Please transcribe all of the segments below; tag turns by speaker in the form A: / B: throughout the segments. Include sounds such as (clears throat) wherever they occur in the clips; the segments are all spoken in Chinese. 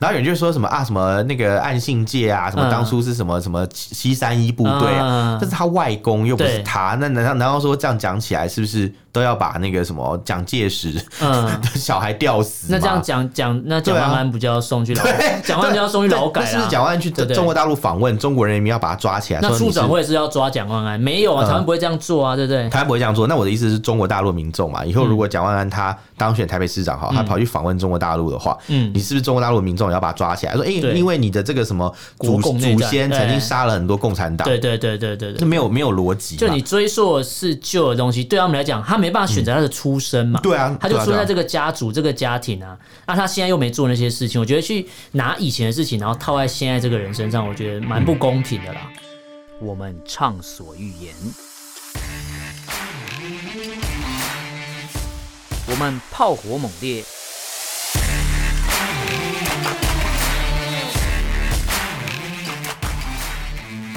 A: 然后有人就说什么啊，什么那个暗信界啊，什么
B: 嗯
A: 当初是什么什么西三一部队啊，
B: 嗯
A: 这是他外公又不是
B: 对
A: 他，那难道难道说这样讲起来，是不是都要把那个什么蒋介石 (laughs) 的
B: 嗯，
A: 小孩吊死吗？
B: 那这样讲讲，那蒋
A: 对啊
B: 万安不就要送
A: (laughs)
B: 去劳，蒋万安就要送去劳改
A: 那
B: 啦
A: 是不是蒋万安去
B: 对不对
A: 中国大陆访问，中国人民要把他抓起来？
B: 那
A: 说
B: 处
A: 你是
B: 长会是要抓蒋万安？没有啊，
A: 嗯
B: 台湾不会这样做啊，对不对？
A: 台湾不会这样做。那我的意思是中国大陆民众嘛，以后
B: 嗯
A: 如果蒋万安他当选台北市长好，他跑去访问中国大陆的话，
B: 嗯
A: 你是不是中国大陆民众也要把他抓起来？说，哎、
B: 对
A: 因为你的这个什么祖
B: 国共内
A: 祖
B: 战哎
A: 先曾经杀了很多共产党，
B: 对对对对对
A: 这
B: 对，
A: 没有没有逻辑嘛。
B: 就你追溯是旧的东西，对他们来讲，他没办法选择他的出身嘛。
A: 对啊，
B: 他就
A: 对啊
B: 住
A: 对啊
B: 在这个家族、这个家庭啊，那他现在又没做那些事情，我觉得去拿以前的事情，然后套在现在这个人身上，我觉得蛮不公平的啦。我们畅所欲言，我们炮火猛烈，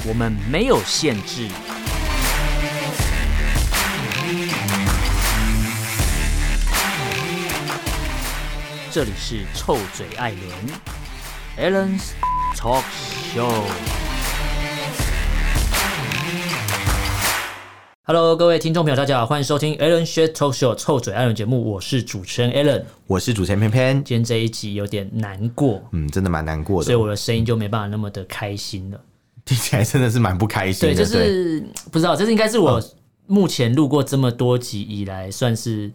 B: 我们没有限制。这里是臭嘴艾伦 a l l e n s Talk Show。Hello，各位听众朋友，大家好，欢迎收听 Alan s h a t Talk Show 臭嘴艾伦节目，我是主持人 Alan。
A: 我是主持人偏偏，
B: 今天这一集有点难过，
A: 嗯，真的蛮难过
B: 所以
A: 的，
B: 我的声音就没办法那么的开心了。
A: 听起来真的是蛮不开心
B: 对，
A: 的。
B: 就
A: 对嗯
B: 是不知道，这是应该是我目前录过这么多集以来，算是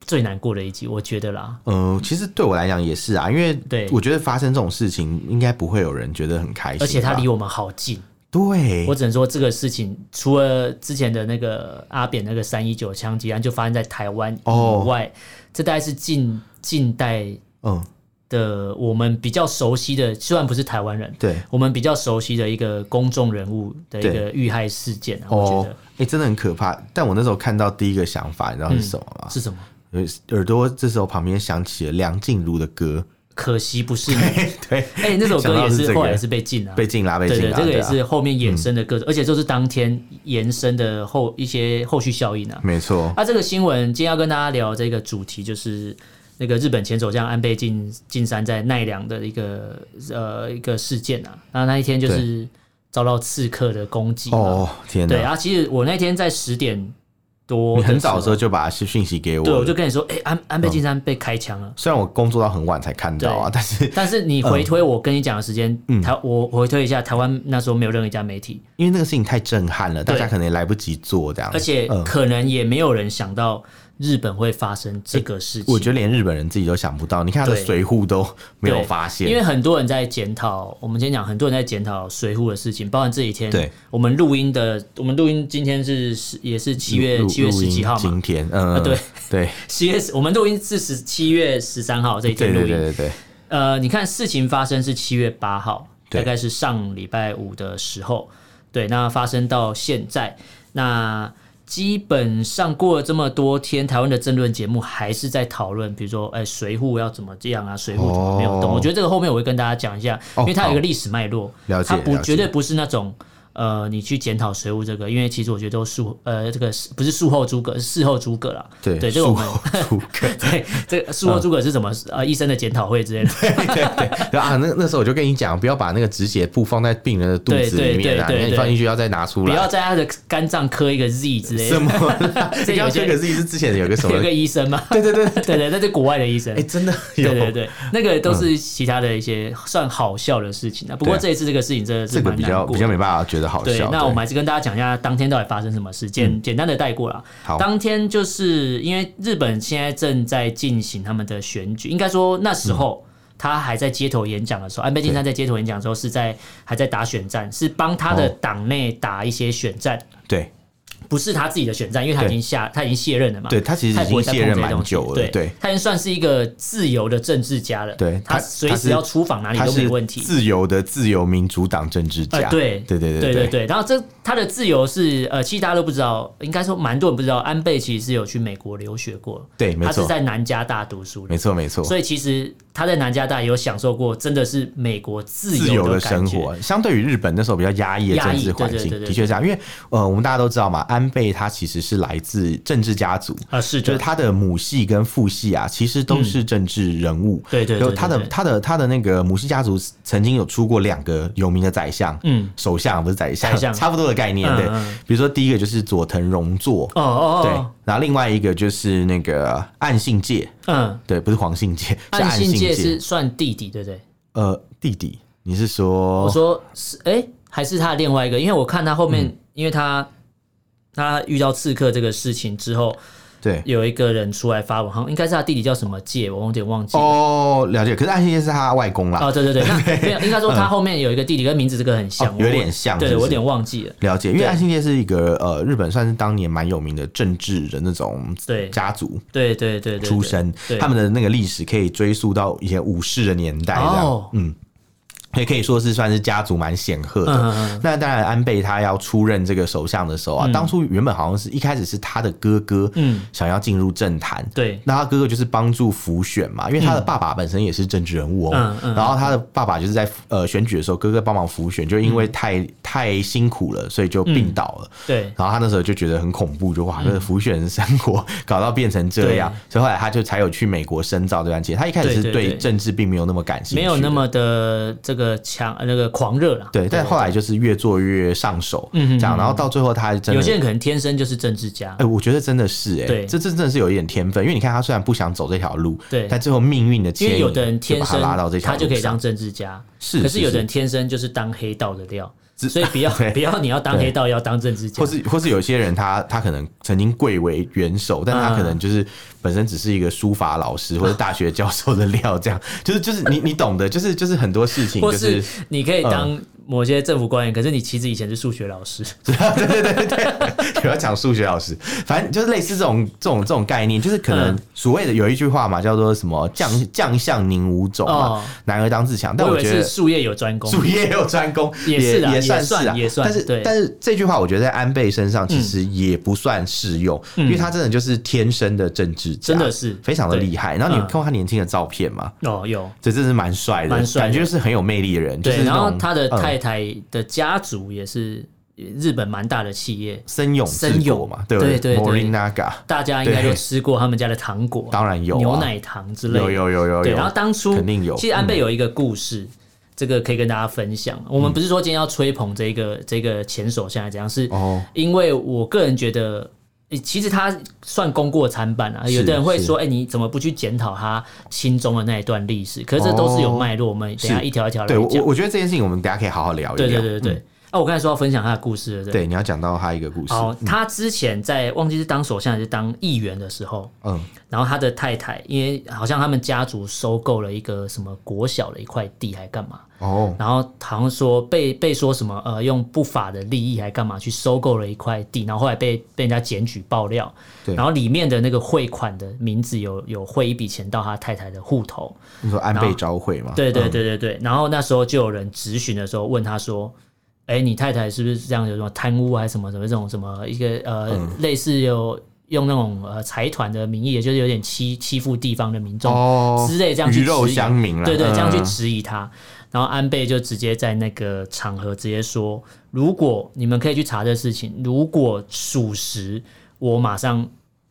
B: 最难过的一集，我觉得啦。
A: 呃，其实对我来讲也是啊，因为
B: 对
A: 我觉得发生这种事情，应该不会有人觉得很开心吧。
B: 而且它离我们好近，
A: 对
B: 我只能说这个事情，除了之前的那个阿扁那个三一九枪击案，就发生在台湾
A: 哦
B: 以外，这大概是近近代
A: 嗯，
B: 的我们比较熟悉的，虽然不是台湾人，
A: 对，
B: 我们比较熟悉的一个公众人物的一个
A: 对
B: 遇害事件啊，我
A: 哦
B: 觉得，
A: 哎、真的很可怕。但我那时候看到第一个想法，你知道
B: 嗯
A: 是什么吗？
B: 是什么？
A: 呃耳朵这时候旁边响起了梁静茹的歌， (laughs)
B: 可惜不是你。
A: 对，
B: 哎、那首
A: 想
B: 歌
A: 到
B: 也
A: 是这个
B: 后来也是被禁啊，
A: 被禁啦，被
B: 对
A: 禁
B: 对，
A: 啦，
B: 这个也
A: 啊嗯
B: 是后面衍生的各种，而且就是当天延伸的后一些后续效应啊。
A: 没错，
B: 那、这个新闻今天要跟大家聊这个主题就是。那个日本前首相安倍晋晋三在奈良的一个呃一个事件啊，那那一天就是遭到刺客的攻击嘛，
A: 哦天
B: 对
A: 哪！
B: 啊，其实我那天在十点多
A: 你
B: 的
A: 很早的时
B: 候，
A: 候就嗯把讯息给我
B: 对
A: 了，
B: 我就跟你说，哎、安安倍晋三被开枪了，
A: 虽然我工作到很晚才看到啊，但是
B: 但是你
A: 嗯
B: 回推我跟你讲的时间，台我我回推一下，台湾那时候没有任何一家媒体，
A: 因为那个事情太震撼了，大
B: 对
A: 家可能也来不及做这样，
B: 而且
A: 嗯
B: 可能也没有人想到日本会发生这个事情。
A: 嗯我觉得连日本人自己都想不到，你看他的
B: 对
A: 随扈都没有
B: 对
A: 发现，
B: 因为很多人在检讨，我们先讲，很多人在检讨水户的事情，包含这几天，
A: 对，
B: 我们录音的，我们录音今天是十也是七月
A: 录
B: 七月
A: 录
B: 十
A: 音
B: 几号嘛，啊
A: 今天嗯，
B: 对
A: 对
B: (laughs) 七月我们录音是十七月十三号这一
A: 对
B: 天录
A: 对
B: 音，
A: 对对对，
B: 呃，你看事情发生是七月八号，
A: 对
B: 大概是上礼拜五的时候，对，那发生到现在，那基本上过了这么多天，台湾的政论节目还是在讨论，比如说，哎、水户要怎么这样啊，水户怎么没有动？
A: 哦
B: 我觉得这个后面我会跟大家讲一下，
A: 哦
B: 因为它有一
A: 好
B: 个历史脉络，
A: 了解
B: 它不
A: 了解
B: 绝对不是那种。呃，你去检讨水务这个，因为其实我觉得都术呃，这个是不是术后诸葛，是事后诸葛啦。
A: 对
B: 对，这个我们 (laughs)
A: 术后诸葛
B: 对这个术后诸葛是什么？呃，医生的检讨会之类的。
A: (laughs) 对啊，那那时候我就跟你讲，不要把那个止血布放在病人的肚子里面啊，
B: 对对对对
A: 你
B: 对
A: 放进去要再拿出
B: 不要
A: 来。
B: 在他的肝脏刻一个 Z 之类
A: 什
B: 的，
A: 么啦？
B: (laughs) 这
A: 你
B: 有
A: 刚
B: 一
A: 这
B: 些
A: 个是是之前有个什么
B: 有？个医生嘛？
A: (laughs) 对对对，对
B: (laughs) 对对，那是国外的医生
A: 哎，。真的有
B: 对对对，那个都是其他的一些算好笑的事情啊。不过
A: 对啊
B: 这一次这个事情真的是
A: 这个
B: 蛮
A: 比
B: 难
A: 较
B: 过
A: 比
B: 的
A: 较。没办法觉得好
B: 对
A: 笑。，嗯
B: 那我们还是跟大家讲一下当天到底发生什么事，简简单的带过啦。
A: 好
B: 当天就是因为日本现在正在进行他们的选举，应该说那时候。
A: 嗯
B: 他还在街头演讲的时候，安倍晋三在街头演讲的时候是在还在打选战，是帮他的
A: 哦
B: 党内打一些选战，
A: 对
B: 不是他自己的选战，因为他已
A: 对
B: 经下他已经卸任了嘛。
A: 对，他其实
B: 他
A: 已
B: 也
A: 经
B: 不会再
A: 卸
B: 碰这
A: 任
B: 些
A: 蛮
B: 东西
A: 久了，
B: 对，
A: 对，
B: 他已经算是一个自由的政治家了，
A: 对
B: 他
A: 他
B: 随
A: 他
B: 时
A: 是
B: 要出访哪里
A: 他
B: 啊都
A: 是
B: 没问题。
A: 自由的自由民主党政治
B: 呃
A: 家，，
B: 对
A: 对对
B: 对
A: 对
B: 对，然后这他的自由是呃，其实大家都不知道，应该说蛮多人不知道，安倍其实是有去美国留学过，
A: 对没
B: 他是
A: 错
B: 在南加大读书的，
A: 没错没错，
B: 所以其实他在南加大也有享受过，真的是美国自
A: 自
B: 由
A: 由
B: 的
A: 的
B: 感
A: 生
B: 觉，
A: 活，相对于日本那时候比较压抑的
B: 压
A: 政
B: 抑
A: 治环
B: 对对
A: 境，
B: 对对
A: 的确是这样。因为呃，我们大家都知道嘛，安倍他其实是来自政治家族，
B: 啊，是
A: 就是
B: 的，
A: 他的母系跟父系啊，其实都是政治人物。
B: 嗯对对
A: 有
B: 对对
A: 他的
B: 对
A: 他的他的那个母系家族曾经有出过两个有名的宰相，
B: 嗯，
A: 首相不是宰相，
B: 宰相
A: 差不多的概念。
B: 嗯
A: 对
B: 嗯，
A: 比如说第一个就是佐藤荣作，
B: 哦哦
A: 对
B: 哦，，
A: 然后另外一个就是那个岸信介，
B: 嗯，
A: 对，不是黄信介，是
B: 岸
A: 岸
B: 啊信
A: 信
B: 介
A: 介
B: 是算弟弟，对不对？
A: 呃弟弟。你是说
B: 我说是，哎，还是他的另外一个，因为我看他后
A: 嗯
B: 面，因为他他遇到刺客这个事情之后，
A: 对？
B: 有一个人出来发文，好像应该是他弟弟叫什么介，我有点忘记了。
A: 哦，了解。可是岸信介是他外公啦，
B: 哦，对对对，
A: (laughs)
B: 那没有，应该说他后面有一个弟弟，跟名字这个很像
A: 哦，
B: 我
A: 有点像
B: 对，
A: 是不
B: 我
A: 是
B: 有点忘记了。
A: 了解，因为
B: 对
A: 岸信介是一个呃日本算是当年蛮有名的政治的那种
B: 对
A: 家族
B: 对对对对对，
A: 出身
B: 对，
A: 他们的那个历史可以追溯到以前武士的年代，这样、
B: 哦
A: 嗯，也可以说是算是家族蛮显赫的。
B: 嗯嗯
A: 那当然，安倍他要出任这个首相的时候啊，当初原本好像是一开始是他的哥哥，
B: 嗯
A: 想要进入政坛，
B: 对
A: 那他哥哥就是帮助辅选嘛，因为他的爸爸本身也是政治人物哦。
B: 嗯嗯
A: 然后他的爸爸就是在呃选举的时候，哥哥帮忙辅选，就因为太、
B: 嗯
A: 太辛苦了，所以就病倒了。
B: 对
A: 然后他那时候就觉得很恐怖，就啊哇，这个浮选生活搞到变成这样，所以后来他就才有去美国深造这段期间。他一开始
B: 对
A: 是
B: 对对
A: 对政治并没有那么感兴趣，
B: 没有那么的这个强呃那个狂热啦。
A: 对，但后来就是越做越上手，这样，然后到最后他还真的
B: 嗯有些人可能天生就是政治家
A: 哎、，我觉得真的是哎、
B: 对
A: 这这真的是有一点天分，因为你看他虽然不想走这条路，
B: 对
A: 但最后命运的
B: 因
A: 牵
B: 为
A: 引
B: 有的人天
A: 就把
B: 生
A: 他拉到这条
B: 他
A: 路
B: 就可以
A: 上
B: 当政治家，
A: 是
B: 可是
A: 是
B: 有的人
A: 是
B: 天生就是当黑道的料，
A: 只
B: 所以不要
A: (laughs) 对
B: 不要你要当黑道，要当政治家
A: 或。是或是有些人他他可能曾经贵为元首，但
B: 嗯
A: 他可能就是本身只是一个书法老师或者大学教授的料，这样就是就是你你懂的，就是就是很多事情
B: 或
A: 就是是嗯
B: 你可以当某些政府官员，可是你其实以前是数学老师，
A: 不要讲数学老师，反正就是类似这种这种这种概念，就是可能
B: 嗯
A: 所谓的有一句话嘛，叫做什么“将将相宁武种”
B: 哦
A: 嘛，男儿当自强。但
B: 我以
A: 我
B: 为
A: 觉
B: 是
A: 得
B: 术业有专攻。
A: 术业有专攻，
B: 也是啦
A: 也
B: 也
A: 算是啊
B: 算也算
A: 但
B: 对嗯
A: 是但是这句话，我觉得在安倍身上其实也不算适用，因为他真的就是天生的政治家，
B: 真的是
A: 非常的
B: 对
A: 厉害。然后你
B: 嗯
A: 看过他年轻的照片嘛，
B: 哦，有
A: 这真是蛮帅的，
B: 蛮帅的
A: 感觉是很有魅力的人。就
B: 对，
A: 是那
B: 然
A: 种
B: 后他的
A: 嗯
B: 太太的家族也是日本蛮大的企业，
A: 森永
B: 森
A: 治
B: 永
A: 国嘛，对
B: 对对对
A: m o r i n a g a
B: 大家应该
A: 对
B: 都吃过他们家的糖果，
A: 当然有啊
B: 牛奶糖之类的。
A: 有有有哦有
B: 对，然后
A: 有，
B: 当初
A: 肯定有嗯
B: 其实安倍有一个故事，这个可以跟大家分享。我们不是说今天要吹捧这个这个前首相还是怎样，是
A: 哦
B: 因为我个人觉得。诶其实他算功过参半啊，
A: 是
B: 有的人会说：“哎、你怎么不去检讨他心中的那一段历史？”可是这都是有脉络，我们等一下
A: 哦是
B: 一条一条来
A: 对我我
B: 讲。
A: 我觉得这件事情我们等一下可以好好聊一聊。
B: 对对对对对。啊，我刚才说要分享他的故事了，对不对
A: 对，嗯你要讲到他一个故事，
B: 好，他之前在忘记是当首相还是当议员的时候，
A: 嗯，
B: 然后他的太太，因为好像他们家族收购了一个什么国小的一块地，还干嘛？
A: 哦，
B: 然后好像说被被说什么呃，用不法的利益还干嘛去收购了一块地，然后后来被被人家检举爆料，
A: 对
B: 然后里面的那个汇款的名字有有汇一笔钱到他太太的户头，
A: 你说安
B: 然
A: 倍
B: 后
A: 昭惠嘛？
B: 对对
A: 嗯，
B: 对对对。然后那时候就有人质询的时候问他说：“哎、你太太是不是这样有什么贪污还是什么什么这种什么一个呃、
A: 嗯
B: 类似有用那种呃财团的名义，也就是有点欺欺负地方的民众、
A: 哦
B: 之类这样去
A: 鱼肉
B: 质疑
A: 乡民啦
B: 对对，
A: 嗯
B: 这样去质疑他。然后安倍就直接在那个场合直接说：“如果你们可以去查这事情，如果属实，我马上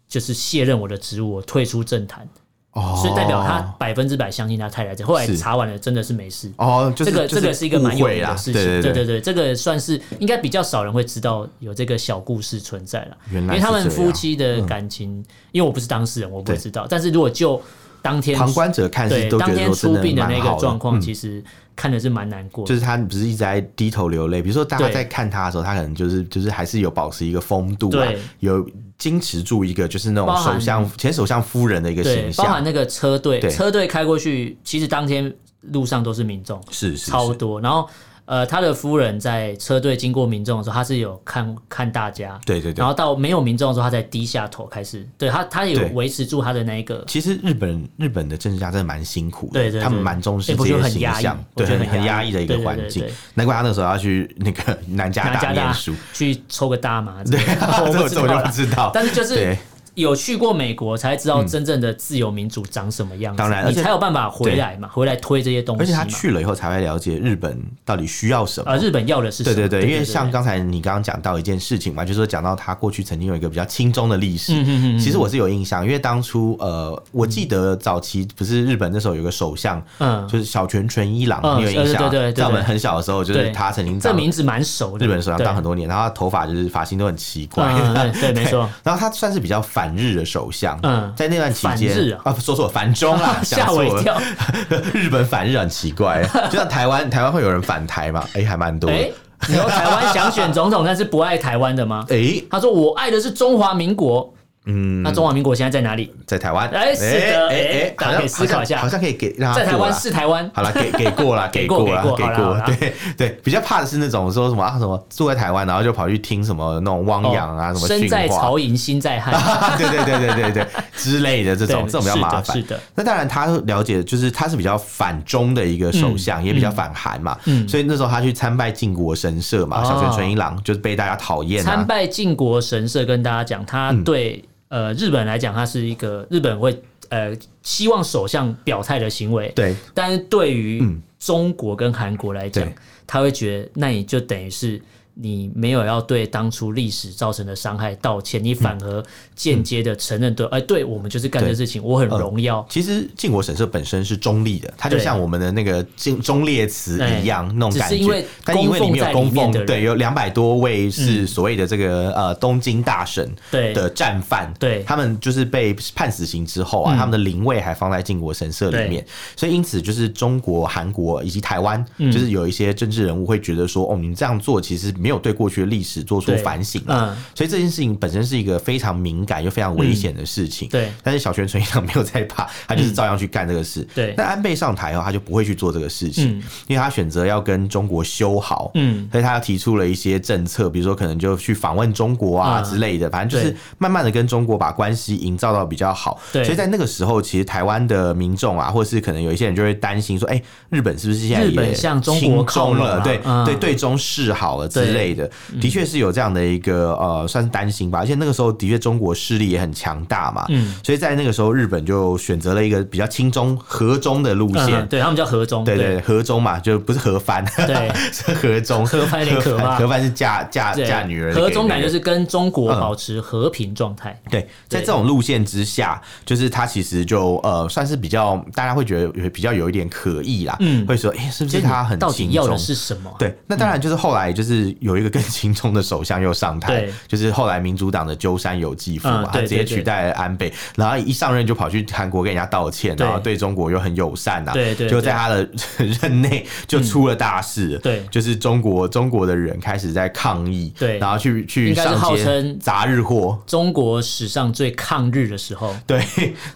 B: 就是卸任我的职务，我退出政坛。”
A: 哦，
B: 所以代表他百分之百相信他太太这。后来
A: 是
B: 查完了，真的是没事。
A: 哦，就是
B: 这个
A: 就
B: 这个是一个蛮
A: 误
B: 有
A: 会
B: 名
A: 啦
B: 的事情，
A: 对
B: 对
A: 对，
B: 对，这个算是应该比较少人会知道有这个小故事存在了，
A: 原
B: 因
A: 来
B: 为
A: 是
B: 他们
A: 这
B: 夫
A: 样
B: 妻的感情，因为我不是当事人，我不会
A: 对
B: 知道。但是如果就当天
A: 旁观者看是
B: 对
A: 都觉
B: 当
A: 得
B: 天
A: 说真
B: 出
A: 的
B: 殡
A: 蛮
B: 那
A: 好
B: 个状况，
A: 嗯
B: 其实看的是蛮难过的。
A: 就是他不是一直在低头流泪，比如说大家
B: 对
A: 在看他的时候，他可能就是就是还是有保持一个风度啊
B: 对，
A: 有矜持住一个就是那
B: 包
A: 种
B: 含
A: 首相前首相夫人的一个形，
B: 对包含
A: 象，
B: 那个车队，
A: 对
B: 车队开过去，其实当天路上都是民众，
A: 是是
B: 超
A: 是，
B: 多。然后呃，他的夫人在车队经过民众的时候，他是有看看大家，
A: 对对对
B: 然。后到没有民众的时候，他才低下头开始，对他他有
A: 对
B: 维持住他的那一个。
A: 其实日本日本的政治家真的蛮辛苦的，
B: 对对对
A: 他们蛮重视这
B: 哎我觉
A: 些
B: 得很
A: 形
B: 压抑
A: 象，
B: 我
A: 对，
B: 觉得
A: 很
B: 很
A: 很
B: 压
A: 压
B: 抑
A: 抑的一个
B: 对对
A: 环
B: 对
A: 境
B: 对。
A: 难怪他那时候要去那个 (laughs) 南加
B: 拿
A: 大
B: 加
A: 念
B: 大
A: 书，
B: 去抽个大麻，
A: 对，
B: (laughs) 我
A: 这
B: 不
A: 我
B: 知
A: 这
B: 道
A: 我就不
B: 啦。
A: 知道。
B: 但是就是
A: 对
B: 有去过美国，才知道真正的自由民主长什么样
A: 嗯
B: 子，
A: 当然而
B: 你
A: 且
B: 才有办法回来嘛，回来推这些东西嘛。
A: 而且他去了以后才会了解日本到底需要什么。
B: 啊，日本要的是什
A: 对
B: 么？
A: 对对，因为像刚才你刚刚讲到一件事情嘛，就是说讲到他过去曾经有一个比较轻中的
B: 嗯
A: 历史，其实我是有印象，因为当初呃，我记得早期不是日本那时候有个首相，
B: 嗯
A: 就是小泉纯一郎，
B: 嗯
A: 你有印象？啊
B: 对对对对对
A: 在我们很小的时候，就是
B: 对
A: 他曾经
B: 这
A: 当
B: 名字蛮熟的，
A: 日本首相
B: 对
A: 当很多年，然后他头发就是发型都很奇怪，(laughs)
B: 嗯嗯对没错。
A: 然后他算是比较反日的首相，
B: 嗯
A: 在那段期
B: 反日
A: 间
B: 啊，
A: 啊，说错反中啊
B: (laughs) 吓我一跳。
A: (laughs) 日本反日很奇怪，就像台湾，台湾会有人反台嘛？哎、还蛮多的。
B: 哎，你说台湾想选总统，但是不爱台湾的吗？
A: 哎、
B: 他说我爱的是中华民国。嗯，那中华民国现在在哪里？
A: 在台湾，
B: 哎是的哎大
A: 好像
B: 家可以思考一下
A: 好像好像可以给让他
B: 在台
A: 过
B: 湾
A: 啦
B: 是台湾。
A: 好了，给给过
B: (laughs)
A: 了，
B: 给过
A: 过了，
B: 给过好啦好啦
A: 对对，比较怕的是那种说什么啊什么住在台湾，然后就跑去听什么那种汪洋啊、什么
B: 哦身
A: 训
B: 在
A: 话，
B: 曹营心在汉，
A: (laughs) 对对对对对对之类的这种，
B: 对
A: 这种比较
B: 是的
A: 麻烦。
B: 是的
A: 那当然，他了解就是他是比较反中的一个首
B: 嗯
A: 相，也比较反韩嘛，所以那时候他去参拜靖国神社嘛，
B: 哦
A: 小泉纯一郎就是被大家讨厌
B: 参
A: 啊。
B: 拜靖国神社，跟大家讲，他
A: 嗯
B: 对呃日本来讲，他是一个日本会呃希望首相表态的行为，
A: 对，
B: 但是对于中国跟韩国来讲
A: 嗯对，
B: 他会觉得那你就等于是你没有要对当初历史造成的伤害道歉，你反而间接的承认对，哎，对我们就是干这
A: 嗯对
B: 事情，我很荣耀，
A: 其实靖国神社本身是中立的，它就
B: 对
A: 像我们的那个中中列祠一样那种
B: 只
A: 感
B: 是因
A: 觉
B: 为，
A: 但因为里面有
B: 供
A: 供
B: 奉在里面
A: 奉
B: 的人，嗯
A: 对，有两百多位是所谓的这个呃东京大神
B: 对
A: 的战犯，
B: 对嗯
A: 他们就是被判死刑之后啊，他们的灵位还放在靖国神社里面，所以因此就是中国、韩国以及台湾，
B: 嗯
A: 就是有一些政治人物会觉得说，哦，你这样做其实没有对过去的历史做出
B: 对
A: 反省啊，
B: 嗯，
A: 所以这件事情本身是一个非常敏感又非常危险的事情。
B: 对嗯
A: 但是小泉纯一郎没有在怕，他就是照样去干这个事。
B: 对
A: 但安倍上台后，他就不会去做这个事情，因为他选择要跟中国修好。
B: 嗯，
A: 所以他提出了一些政策，比如说可能就去访问中国啊
B: 嗯
A: 之类的，反正就是
B: 对
A: 慢慢的跟中国把关系营造到比较好。
B: 对
A: 所以在那个时候，其实台湾的民众啊，或是可能有一些人就会担心说，哎、日本是不是现在
B: 日本
A: 也
B: 向中
A: 亲
B: 国靠
A: 中
B: 拢
A: 了？
B: 了
A: 对、
B: 嗯
A: 对，对中示好了之
B: 对嗯
A: 类的，的确是有这样的一个呃，算是担心吧。而且那个时候的确中国势力也很强大嘛，
B: 嗯
A: 所以在那个时候日本就选择了一个比较亲中和中的路线。
B: 嗯，对他们叫和中，
A: 对对，和中嘛，就不是和番， (laughs)
B: 对
A: 是和中。
B: 和番有点可
A: (laughs)
B: 怕
A: 和番是嫁嫁
B: 对
A: 嫁女儿的给那个。
B: 和中感就是跟中国
A: 嗯
B: 保持和平状态，
A: 对，在这种路线之下，就是他其实就呃，算是比较大家会觉得有比较有一点可疑啦，
B: 嗯
A: 会说，哎、是不
B: 就是是
A: 他很
B: 到底
A: 亲
B: 要的
A: 中
B: 是什么？
A: 对，那当然就是后来就是有一个更 (laughs) 轻松的首相又上台
B: 对，
A: 就是后来民主党的鸠山由纪夫嘛
B: 嗯，
A: 他
B: 对
A: 直接
B: 对对
A: 取代了安倍，然后一上任就跑去韩国跟人家道歉，
B: 对
A: 然后对中国又很友善呐，
B: 对对嗯
A: 就在他的 (laughs) 任内就出了大事，
B: 对
A: 就是中国中国的人开始在抗议，
B: 对
A: 然后去去
B: 应该是
A: 上
B: 号
A: 街
B: 称
A: 砸日货。
B: 中国史上最抗日的时候，
A: 对